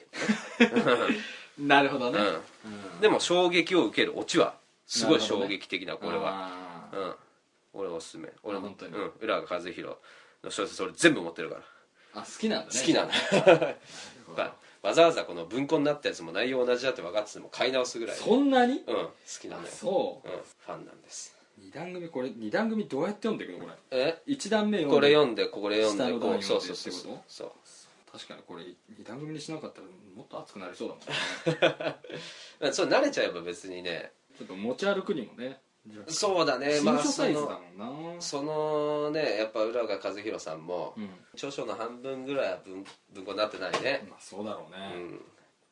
S2: なるほど
S3: け
S2: ね、
S3: ど、うん、でも衝撃を受けるオチはすごい衝撃的なこれは。
S2: は
S3: うん俺おすすめ俺も
S2: 本当に
S3: うん、浦賀和弘の小説俺全部持ってるから
S2: あ好き なんだね
S3: 好きなんだ
S2: だ
S3: わざわざこの文庫になったやつも内容同じだって分かってても買い直すぐらい
S2: そんなに
S3: うん好きな
S2: あ
S3: のよ、
S2: そ
S3: うん、ファンなんです
S2: う二段組これ二段組どうやって読んでいくのこれ
S3: え
S2: 一段目
S3: これ
S2: 読んで
S3: 読んでこれ読ん
S2: 下
S3: で
S2: の
S3: こ
S2: 段
S3: うそ
S2: 読
S3: うん
S2: で
S3: そう
S2: って
S3: そうそう
S2: こ
S3: そう
S2: 確かにこれ二段組にしなかったらもっと熱くなりそうだもんね
S3: うんそう慣れちゃえば別にね
S2: ちょっと持ち歩くにもね
S3: そうだね
S2: 新
S3: まあ
S2: 書
S3: そ
S2: サイズだ
S3: の
S2: もんな
S3: そのねやっぱ浦賀和弘さんも、
S2: うん
S3: 著書の半分ぐらいは文文庫になってないね、
S2: まあそうだろう
S3: う
S2: ね
S3: ん、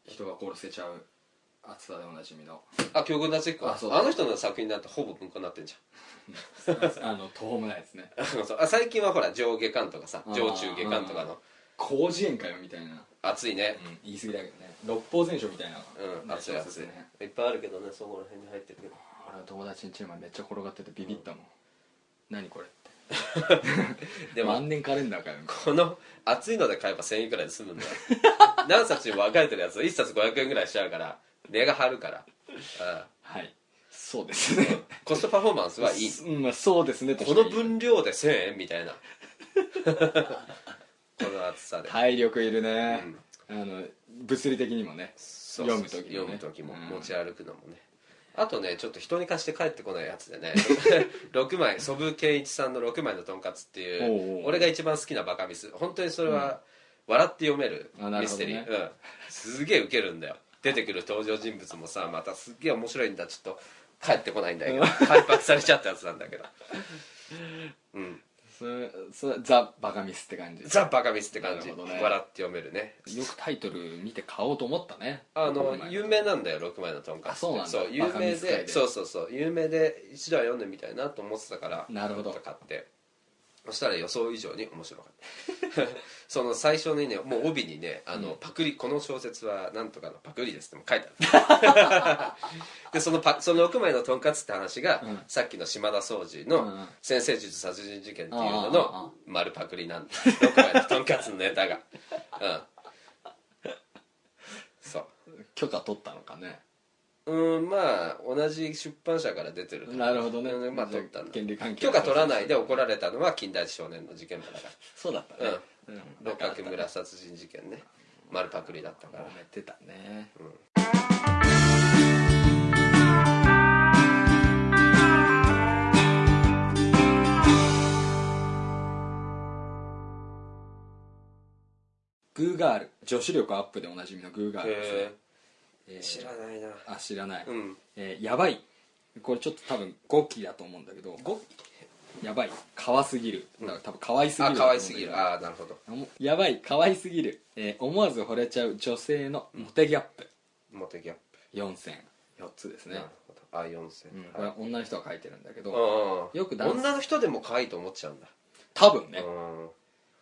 S2: 人が殺せちゃう熱さでおなじみ の
S3: あ京極夏彦
S2: あそうだ
S3: あの人の作品なんてほぼ文庫になってんじゃん
S2: あの途方もないですね
S3: そうあ最近はほら上下巻とかさ
S2: あー
S3: 上中下巻とかの
S2: 広辞苑かよみたいな
S3: 熱いね
S2: うん言い過ぎだけどね六法全書みたいな
S3: うん熱い
S2: ね
S3: 熱いいっぱいあるけどねそこら辺に入ってるけど
S2: 俺の友達ん家にめっちゃ転がっててビビったもん、何これって
S3: でも
S2: 万年カレンダーかよ
S3: この熱いので買えば1000円くらいで 済むんだよ何冊にも分かれてるやつ1冊500円くらいしちゃうから値が張るからあ
S2: はいそうです ね
S3: あコストパフォーマンスはいい
S2: うんまあそうですねとし
S3: こ
S2: か
S3: の
S2: 言い
S3: 分量で1000円みたいな この厚さで
S2: 体力いるね、あの物理的にもね
S3: そうそうそう
S2: 読む時もね
S3: 読む時も
S2: うん
S3: 持ち歩くのもね、あとねちょっと人に貸して帰ってこないやつで ね6枚祖父圭一さんの6枚のとんかつっていう
S2: おうおう
S3: 俺が一番好きなバカミス本当にそれは、笑って読める
S2: あなる
S3: ミ
S2: ほ
S3: ス
S2: どね
S3: テリー、うん、すげえウケるんだよ出てくる登場人物もさまたすっげえ面白いんだちょっと帰ってこないんだ けど反発されちゃったやつなんだけどうん
S2: それそれザ・バカミスって感じ
S3: ザ・バカミスって感
S2: な
S3: じ、
S2: るほどね
S3: 笑って読めるね
S2: よくタイトル見て買おうと思ったね
S3: あの
S2: こ前
S3: 有名なんだよ6枚のとんかつって
S2: あそうなんだ
S3: 有
S2: バカ
S3: 名
S2: ミス界
S3: で
S2: で
S3: そうそうそう有名で一度は読んでみたいなと思ってたから
S2: なるほど
S3: ちょっと買ってそしたら予想以上に面白かった その最初にねもう帯にねあの、パクリこの小説はなんとかのパクリです」っても書いて あったでそのパその6枚のとんかつって話が、
S2: うん
S3: さっきの島田総司
S2: うんう
S3: の
S2: ん
S3: 「先生術殺人事件」っていうの
S2: ああああ
S3: の丸パクリなんです6枚のとんかつのネタがうんそう
S2: 許可取ったのかね
S3: うんまあ同じ出版社から出てる
S2: なるほどね
S3: うんまあ取ったんだ
S2: 権利関係
S3: 許可取らないで怒られたのは金田一少年の事件だから
S2: そうだったねうん
S3: 六角村殺人事件ね丸パクリだったから
S2: 揉めてたねグーガール女子力アップでおなじみのグーガールですね
S3: へ
S2: え
S3: え
S2: ー
S3: 知らないな
S2: あ知らない、
S3: うん
S2: えーやばいこれちょっと多分5期だと思うんだけど
S3: ご
S2: やばいかわすぎるだから多分かわいすぎる
S3: あ
S2: だと思う
S3: 可
S2: んだけ
S3: 愛す
S2: ど
S3: ぎるああなるほど
S2: おもやばいかわいすぎる、えー思わず惚れちゃう女性のモテギャップ
S3: モテギャッ
S2: 4選4つです
S3: プ
S2: ね
S3: なるほどあ四千
S2: うん、これは女の人が書いてるんだけど
S3: うん
S2: よく男性
S3: 女の人でも可愛いと思っちゃうんだ
S2: 多分ね
S3: うん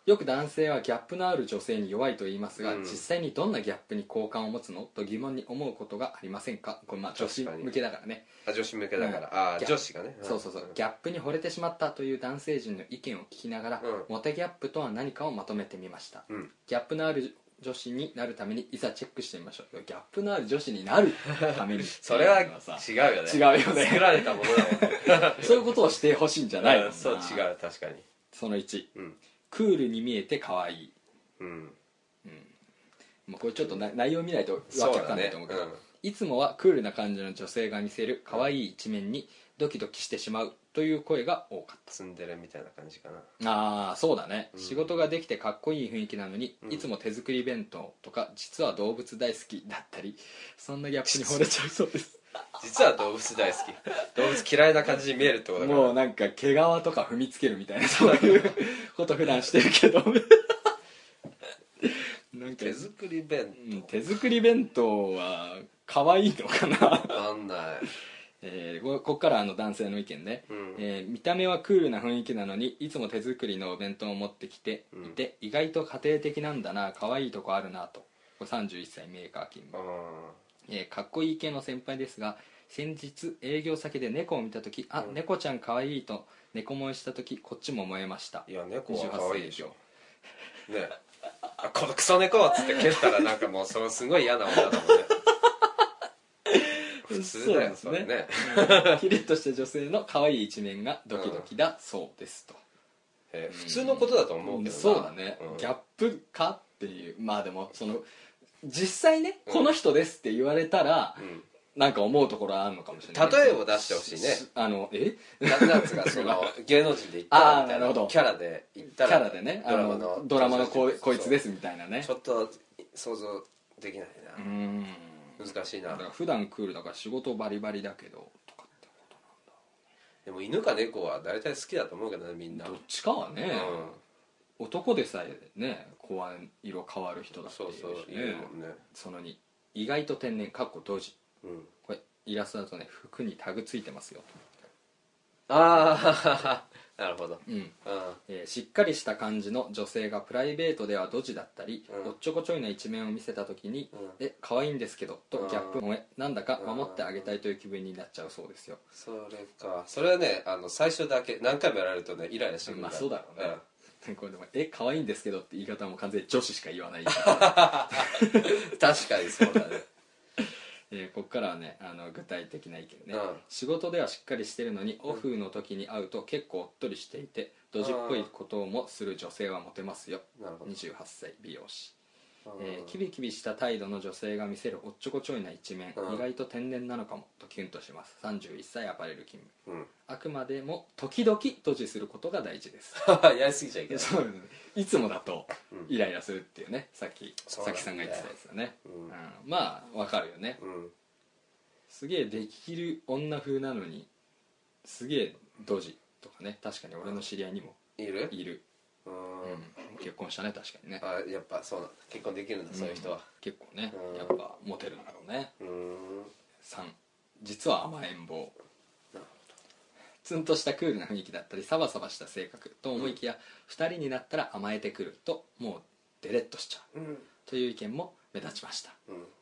S2: よく男性はギャップのある女性に弱いと言いますが、
S3: うん
S2: 実際にどんなギャップに好感を持つのと疑問に思うことがありませんかこれまあ女子
S3: 確かに
S2: 向けだからね
S3: あ女子向けだか
S2: うん
S3: らああ
S2: ギャ
S3: 女子がねん
S2: そうそうそうギャップに惚れてしまったという男性陣の意見を聞きながら、
S3: うん
S2: モテギャップとは何かをまとめてみました、
S3: うん
S2: ギャップのある女子になるためにいざチェックしてみましょうギャップのある女子になるために
S3: それ
S2: っ
S3: は
S2: ていうのさ
S3: 違うよね
S2: 違うよね
S3: 作られたものだもん
S2: そういうことをしてほしいんじゃ ないの
S3: うんそう
S2: う
S3: 違う確かに
S2: その1
S3: うん
S2: クールに見えて可愛い
S3: うん
S2: まあこれちょっとな内容見ないとわけわかんないと思うけど
S3: そうだね
S2: いつもはクールな感じの女性が見せる可愛い一面にドキドキしてしまうという声が多かっ
S3: ツンデレみたいな感じかな
S2: たああそうだね、
S3: うん
S2: 仕事ができてかっこいい雰囲気なのに、
S3: うん
S2: いつも手作り弁当とか実は動物大好きだったりそんなギャップに惚れちゃうそうです
S3: 実は動物大好き動物嫌いな感じに見えるってことだから
S2: もうなんか毛皮とか踏みつけるみたいなそういうこと普段してるけど なんか
S3: 手作り弁
S2: うん手作り弁当は可愛いのかな、
S3: 当わかんない
S2: えーここっからあの男性の意見ね、
S3: うん
S2: えー見た目はクールな雰囲気なのにいつも手作りのお弁当を持ってきていて、意外と家庭的なんだな可愛いとこあるなとこれ31歳メーカー勤務、
S3: あ
S2: えーかっこいい系の先輩ですが先日営業先で猫を見た時あ、
S3: うん
S2: 猫ちゃん可愛いと猫萌えした時こっちも燃えました
S3: ーいや猫は
S2: 28
S3: 可愛
S2: 歳
S3: い
S2: で
S3: で
S2: し
S3: し
S2: ょ
S3: ょねあこのクソ猫っつって蹴ったらなんかもうそのすごい嫌な女だもんね普通だよそれね
S2: キリッとした女性の可愛い一面がドキドキだそうですと、
S3: えー普通のことだと思うけどな
S2: そうだね、
S3: うん
S2: ギャップかっていうまあでもその実際ね、この人ですって言われたら、
S3: うん
S2: なんか思うところはあるのかもしれない
S3: 例えを出してほしいね
S2: あのえ
S3: ななんつうか その芸能人で言ったら
S2: あー
S3: みた
S2: ないるほ
S3: な
S2: ど
S3: キャラで言っ
S2: キ
S3: たら
S2: ャラでねあ
S3: ドラマ
S2: の
S3: の
S2: ドラマのこ
S3: そう
S2: こいつですみたいなね
S3: ちょっと想像できないう
S2: ー
S3: な、
S2: ん
S3: 難しい
S2: だ
S3: な
S2: から普段クールだから仕事バリバリだけどとかって
S3: でも犬か猫は大体好きだと思うけどねみんな
S2: どっちかはね、
S3: うん
S2: 男でさえね声色変わる人だってい
S3: そうう
S2: し
S3: そうい
S2: ね
S3: るもんね
S2: その2意外と天然かっこ当時
S3: うん
S2: これイラストだとね服にタグついてますよ、
S3: ああ なるほど
S2: うん
S3: うん
S2: えーしっかりした感じの女性がプライベートではドジだったり、
S3: うん
S2: おっちょこちょいな一面を見せた時に
S3: う
S2: 「
S3: ん
S2: え可愛いんですけど」と
S3: うん
S2: ギャップ萌えなんだか守ってあげたいという気分になっちゃうそうですよ
S3: それかそれはねあの最初だけ何回もやられるとねイライラしてくる
S2: ま
S3: か
S2: あ
S3: ら
S2: そうだろうね、これでも「え可愛いんですけど」って言い方も完全に女子しか言わない、
S3: うん確かにそうだね
S2: えーここからはねあの具体的な意見ね、
S3: うん
S2: 仕事ではしっかりしてるのにオフの時に会うと結構おっとりしていてドジっぽいこともする女性はモテますよ
S3: なるほど、
S2: 28歳美容師
S3: うん
S2: えーキビキビした態度の女性が見せるおっちょこちょいな一面、
S3: うん
S2: 意外と天然なのかもとキュンとします31歳アパレル勤務
S3: うん、
S2: あくまでも時々閉じすることが大事です
S3: やりすぎちゃいけない、
S2: そうですねいつもだと
S3: うん
S2: イライラするっていうねさっき
S3: そう
S2: さ
S3: なん
S2: き
S3: だよ
S2: さんが言ってたやつだね、
S3: うん
S2: うんまあわかるよね
S3: うん、
S2: すげえできる女風なのにすげえドジとかね確かに俺の知り合いにも
S3: いる
S2: いる、
S3: うん、
S2: うん結婚したね確かにね
S3: あやっぱそうなんだ結婚できるんだそういう人は
S2: ん結構ね
S3: うん
S2: やっぱモテるんだろうね
S3: うん
S2: 3実は甘えん坊ツンとしたクールな雰囲気だったりサバサバした性格と思いきや、2人になったら甘えてくるともうデレッとしちゃう
S3: うん
S2: という意見も目立ちました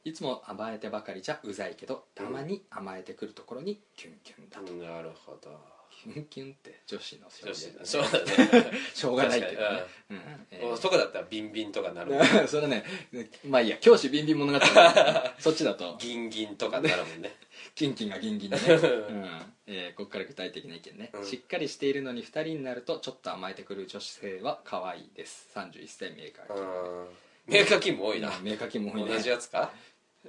S2: いつも甘えてばかりじゃうざいけどたまに甘えてくるところにキュンキュンだと、
S3: うんなるほど
S2: キュンキュンって女子の
S3: 女
S2: 性
S3: 子
S2: で
S3: そうだね
S2: しょうがないけどね、うん えー
S3: 男だったらビンビンとかなるもん
S2: それねまあいいや教師ビンビン物語 そっちだと
S3: ギンギンとかなる もんね
S2: キンキンがギンギ ンでね、うんえーここから具体的な意見ね、
S3: うん
S2: しっかりしているのに2人になるとちょっと甘えてくる女子性は可愛いです31歳メーカー
S3: うんメーカー勤務多いな
S2: メーカー機も多いね
S3: 同じやつか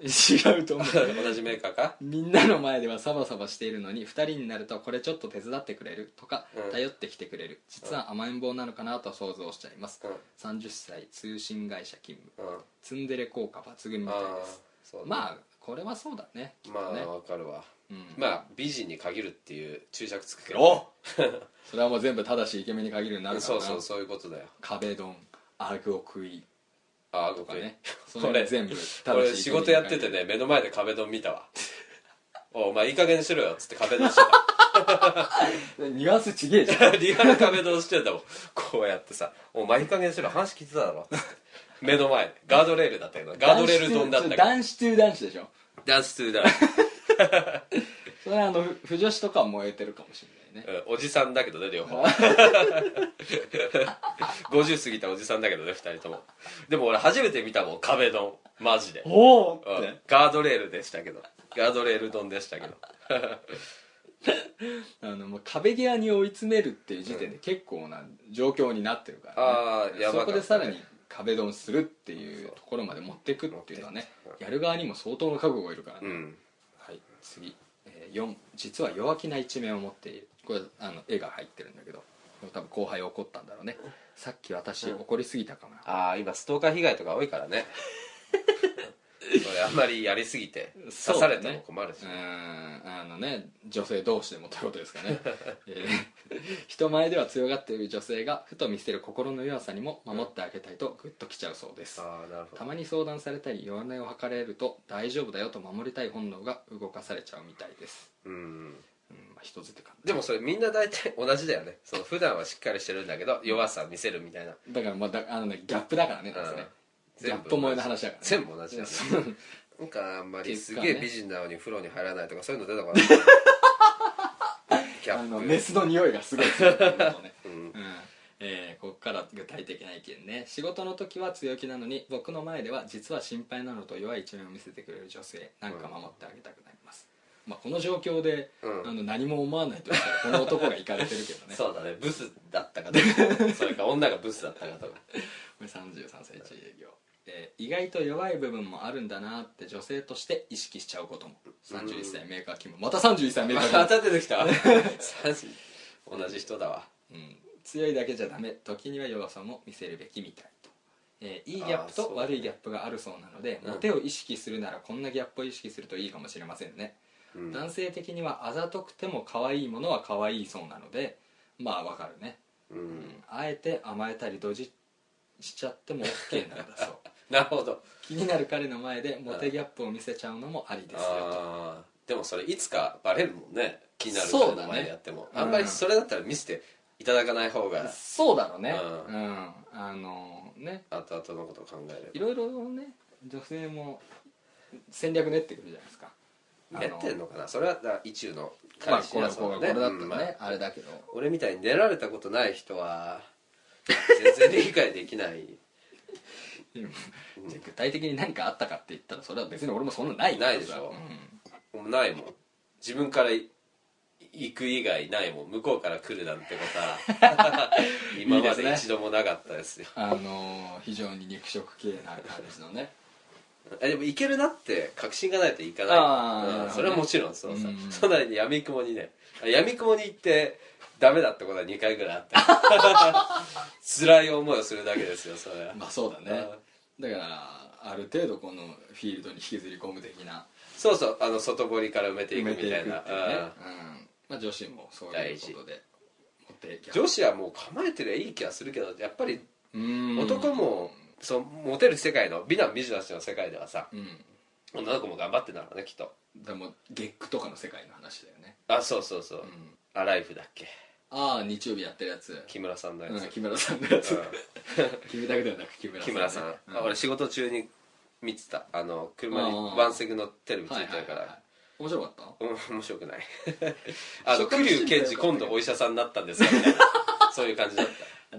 S2: 違うと思う
S3: 同じメーカーか
S2: みんなの前ではサバサバしているのに2人になるとこれちょっと手伝ってくれるとか、
S3: うん
S2: 頼ってきてくれる実は甘えん坊なのかなと想像しちゃいます、
S3: う
S2: 30歳通信会社勤務
S3: んうん
S2: ツンデレ効果抜群みたいです
S3: そう
S2: ま
S3: あ
S2: あこれはそうだねきっと
S3: まあ
S2: ね、
S3: わかるわ
S2: うん
S3: まあ美人に限るっていう注釈つくけど
S2: お それはもう全部ただしイケメンに限るようになるから
S3: そ
S2: な
S3: うそうそういうことだよ
S2: 壁ドンアグオクイ
S3: ああ
S2: と
S3: ご
S2: か
S3: めん
S2: ねそ
S3: こ
S2: れ
S3: れ
S2: 全部ただ
S3: 俺
S2: し
S3: 仕
S2: イケメンに
S3: 事やっててね目の前で壁ドン見 たわおお前いい加減にしろよっつって壁ドンして
S2: 限るニュアンスちげえじゃん
S3: た リアル壁ドンしてたもんこうやってさ「お前いい加減にしろ話聞いてただろ」目の前ガードレールだったけどガードレールドンだったけど
S2: 男子中男子でしょ
S3: ダンストゥーダンス、
S2: それはあのふ不女子とかは燃えてるかもしれないね
S3: うんおじさんだけどね両方50過ぎたおじさんだけどね2人ともでも俺初めて見たもん壁ドンマジで
S2: おおっ
S3: うん
S2: て
S3: ガードレールでしたけどガードレールドンでしたけど
S2: あのもう壁際に追い詰めるっていう時点で結構な状況になってるから、
S3: あーや
S2: そ
S3: ばかった
S2: こでさらに壁ドンするっていうところまで持ってくっていうのはねやる側にも相当の覚悟がいるからね、
S3: うん
S2: はい、次、えー、4実は弱気な一面を持っているこれあの絵が入ってるんだけど多分後輩怒ったんだろうねさっき私
S3: うん
S2: 怒りすぎたかな、
S3: ああ今ストーカー被害とか多いから ねそれあんまりやりすぎて刺
S2: そうだ
S3: さ
S2: ね
S3: れても困るし、
S2: うーんあのね女性同士でもということですか ね、えー人前では強がっている女性がふと見せる心の弱さにも守ってあげたいとグッときちゃうそうです、
S3: ああなるほ
S2: た
S3: ど
S2: まに相談されたり弱音を吐かれると大丈夫だよと守りたい本能が動かされちゃうみたいです、
S3: うん
S2: うんまあ、人づてか
S3: でもそれみんな大体同じだよねその普段はしっかりしてるんだけど弱さ見せるみたいな
S2: だからまあだあの、ね、ギャップだからね、
S3: うん
S2: ギャップ萌えの話だからね
S3: 全部同じだよね
S2: そう
S3: なんかあんまりす
S2: って
S3: げ
S2: いう
S3: え
S2: かね
S3: 美人なのに風呂に入らないとかそういうの出たから キャ
S2: あのメ
S3: ップ
S2: スの匂いがすごいするっていうこと ね、
S3: うん
S2: うんえーここから具体的な意見ね仕事の時は強気なのに僕の前では実は心配なのと弱い一面を見せてくれる女性なんか守ってあげたくなります、まあ、この状況で、
S3: うん
S2: あの何も思わないとしたらこの男がいかれてるけどね
S3: そうだねブスだったかとかそれか女がブスだったかとか
S2: これ33歳自営業、えー意外と弱い部分もあるんだなって女性として意識しちゃうことも31歳メーカー勤務また31歳メーカー勤務
S3: また出てき た同じ人だわ
S2: うん、強いだけじゃダメ時には弱さも見せるべきみたいと、えーいいギャップ
S3: あー
S2: と
S3: そう
S2: 悪いギャップがあるそうなので、
S3: うん
S2: モテを意識するならこんなギャップを意識するといいかもしれませんね、
S3: うん
S2: 男性的にはあざとくても可愛いものは可愛いそうなのでまあわかるね、
S3: う
S2: うん
S3: ん
S2: あえて甘えたりドジしちゃっても OK なんだ そう
S3: なるほど
S2: 気になる彼の前でモテギャップを見せちゃうのもありですよと
S3: あーでもそれいつかバレるもんね気になる人
S2: そうだね
S3: の前でやっても、
S2: うん
S3: あんまりそれだったら見せていただかない方が
S2: そうだろうねう、
S3: うん
S2: あのね
S3: 後々のことを考え
S2: い
S3: る
S2: ろいろね女性も戦略練ってくるじゃないですか
S3: やってんのかなそれはだから意中の
S2: まあ
S3: 彼氏
S2: これ
S3: だ
S2: こ
S3: そう
S2: れこれだったらね、
S3: うんまあ
S2: あれだけど
S3: 俺みたいに出られたことない人は全然理解できない
S2: でもじゃあ具体的に何かあったかって言ったらそれは別に俺もそんなない
S3: ないでしょもうないもん自分からい行く以外ないもん向こうから来るなんてこ とは今まで一度もなかったですよ
S2: うんあのー非常に肉食系な感じのね
S3: えでも行けるなって確信がないといか
S2: あー
S3: ない、うんそれはもちろんそうさ、
S2: うん
S3: そんなにやみくもにねやみくもに行ってダメだってことは2回ぐらいあ って辛い思いをするだけですよそれは、
S2: まあそうだねだからある程度このフィールドに引きずり込む的な
S3: そうそうあの外堀から埋めてい
S2: 埋
S3: く
S2: め
S3: み
S2: ていく
S3: た
S2: って
S3: い
S2: いうね
S3: な、
S2: うんまあ、女子もそういうことで持ってい
S3: うん
S2: けば
S3: 女子はもう構えてりゃいい気はするけどやっぱり
S2: うん
S3: 男も、そうモテる世界の美男美女たちの世界ではさ
S2: うん
S3: 女の子も頑張ってんだろうねきっと
S2: でもゲックとかの世界の話だよね
S3: あそうそうそう、
S2: うん
S3: アライフだっけ
S2: ああ日曜日やってるやつ
S3: 木村さんのや
S2: うん
S3: つ、
S2: 木村さんのやつ
S3: うん
S2: 木村拓ではなく木村さんね
S3: 木村さん、
S2: う
S3: あ俺仕事中に見てたあの車に
S2: あー
S3: 晩席のテレビつ
S2: はい
S3: い
S2: は
S3: て
S2: い
S3: るか
S2: は
S3: ら
S2: い面白かった
S3: うん面白くない あの
S2: 初回
S3: 桐生
S2: 見て
S3: 健
S2: た
S3: 二
S2: よ
S3: 今度お医者さんになったんですよ みたいなそういう感じだっ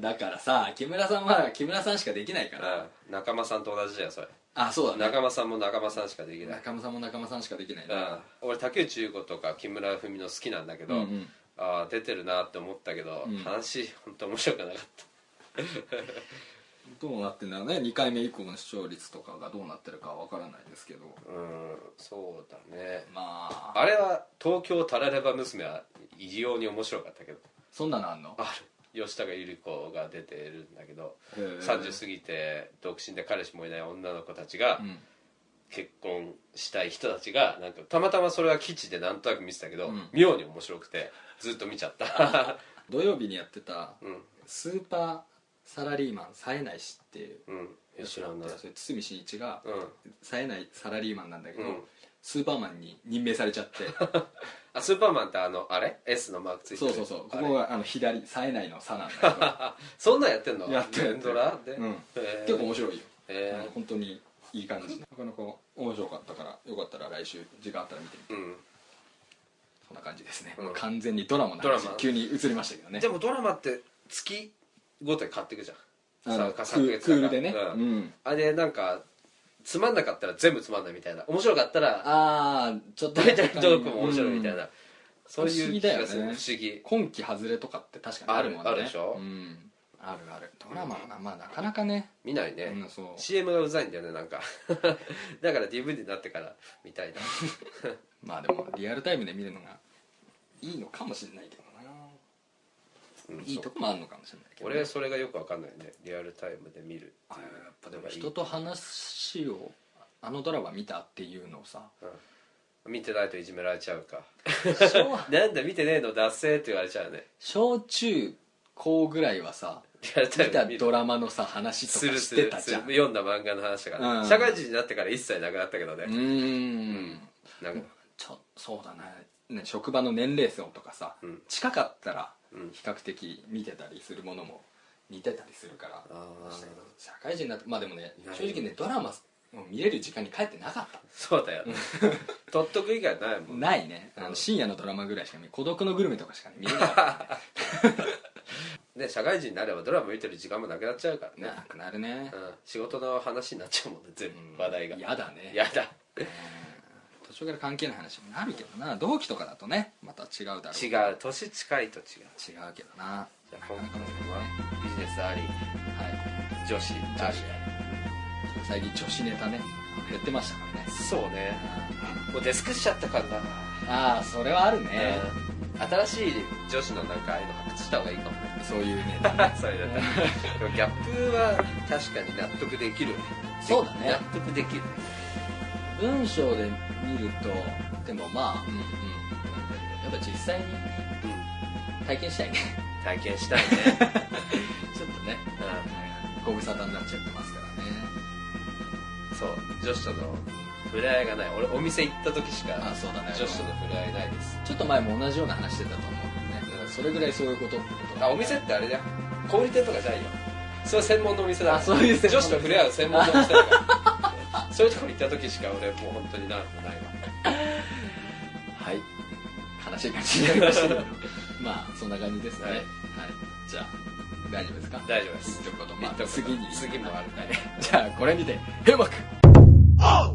S2: だからさ木村さんは木村さんしかできないか
S3: た
S2: ら、
S3: うん仲間さんと同じだよそれ
S2: あそうだね
S3: 仲間さんも仲間さんしかできない、
S2: 中間さんも中間さんしかできない
S3: うん
S2: な、
S3: 俺竹内結子とか木村文乃好きなんだけ
S2: う
S3: ど、
S2: んうん、
S3: あー出てるなって思ったけど、
S2: うん
S3: 話本当面白くなかった
S2: どうなってんだろうね2回目以降の視聴率とかがどうなってるかは分からないですけど
S3: うんそうだね
S2: まあ
S3: あれは東京タラレバ娘は異様に面白かったけど
S2: そんなのあんの
S3: ある吉高由里子が出てるんだけど
S2: へー
S3: 30過ぎて独身で彼氏もいない女の子たちが
S2: うん
S3: 結婚したい人たちがなんかたまたまそれは基地でなんとなく見てたけど、
S2: うん
S3: 妙に面白くてずっと見ちゃった
S2: 土曜日にやってた
S3: うん
S2: 「スーパーサラリーマン冴えないし」っていう
S3: うんえ知らんな
S2: それ堤真一が
S3: うん
S2: 冴えないサラリーマンなんだけど、
S3: うん
S2: スーパーマンに任命されちゃって
S3: あスーパーマンってあのあれ S のマークついて
S2: そ
S3: る
S2: うそうそうこ
S3: あれ
S2: こがあの左冴えないの「さ」なんだ
S3: そんなんやってんの
S2: やってる
S3: 連ドラで、
S2: けど、うん、
S3: えー
S2: 結構面白いよ、
S3: え
S2: 本当にいい感じなかなか面白かったからよかったら来週時間あったら見てみて
S3: ーうん
S2: そんな感じですね、
S3: うん
S2: 完全にドラマの
S3: ドラ
S2: 話
S3: マ
S2: 急に移りましたけどね
S3: でもドラマって月ごとに買ってくじゃん
S2: あの
S3: さ
S2: ク
S3: さんか
S2: ークールでね、
S3: うん
S2: うん
S3: あれなんかつまんなかったら全部つまんないみたいな面白かったら
S2: ああちょっと
S3: 大体トークも面白いみたいな、
S2: うん
S3: そういう気がす
S2: 不思議
S3: る不
S2: だよね
S3: 思議
S2: 今期外れとかって確かにあるもんね
S3: あるあるでしょ
S2: うん、あるあるドラマはな、まあなかなかね、
S3: 見ないね、
S2: うん、そう
S3: CM がうざいんだよねなんかだから DVD になってからみたいな
S2: まあでもリアルタイムで見るのがいいのかもしれないけどな、
S3: うん
S2: いいとこもあるのかもしれないけどね、
S3: 俺それがよくわかんないねリアルタイムで見る
S2: あやっぱでも人と話をあのドラマ見たっていうのをさ
S3: 見てないといじめられちゃうか
S2: 小
S3: なんだ見てねえの脱せって言われちゃうね
S2: 小中高ぐらいは さ
S3: リアルタイ
S2: 見
S3: ムで
S2: た
S3: 見る
S2: ドラマのさ話
S3: す
S2: とか
S3: る
S2: し
S3: す
S2: て
S3: る
S2: た
S3: す
S2: じゃ
S3: る
S2: んう
S3: 読んだ漫画の話だから、
S2: うん
S3: 社会人になってから一切なくなったけどね、
S2: ーん
S3: なんか
S2: ちょそうだねね職場の年齢層とかさ、
S3: うん
S2: 近かったら
S3: うん
S2: 比較的見てたりするものも似てたりするから、
S3: あー
S2: だけど社会人になってまあでもね
S3: ない
S2: 正直ねドラマを見れる時間に帰ってなかった
S3: そうだよね 取っとく以外ないもん
S2: ないねあの深夜のドラマぐらいしか見孤独のグルメとかしか見れなかっ
S3: ね社会人になればドラマ見てる時間もなくなっちゃ うから
S2: たね
S3: ね、
S2: なくなるね
S3: うん、仕事の話になっちゃうもんね全
S2: うん
S3: 部話題が、
S2: やだね
S3: やだ
S2: 途中から関係ない話もなるけどな同期とかだとねまた違うだろう
S3: 違
S2: 違う
S3: う年近いと違う
S2: けどな
S3: じゃあ今回はビジネスあり
S2: はい
S3: 女子
S2: 女
S3: あ
S2: 子
S3: り
S2: 最近女子ネタね減ってましたからね
S3: そうねもうデスクしちゃったからな、
S2: ああそれはあるね
S3: うん新しい女子のなんかああいうの発掘した方がいいかもね
S2: そういうネタ
S3: それだったでもギャップは確かに納得できる
S2: そうだね
S3: 納得できる
S2: 文章で見るとでもまあうんうんやっぱ実際に
S3: うん
S2: 体験したいね
S3: 体験したいね、
S2: ちょっとね
S3: うん
S2: ご無沙汰になっちゃってますからね
S3: そう女子との触れ合いがない俺お店行った時しか
S2: あそうだね
S3: 女子との触れ合いないです
S2: ちょっと前も同じような話してたと思うんだよねだからそれぐらいそういうことってこと
S3: あ
S2: だ
S3: お店ってあれだよ小売店とかじゃないよそれは専門のお店だ
S2: あそういう専門
S3: 女子と触れ合う専門のお店だからそういうとこ行った時しか俺もう本当になない
S2: はい悲しい感じになりましたけど まあそんな感じですねは、
S3: はいい
S2: じゃあ大丈夫ですか
S3: わ大丈夫です
S2: ということま
S3: 一言
S2: あ次に
S3: 次もあるから
S2: じゃあこれにて閉幕
S3: あ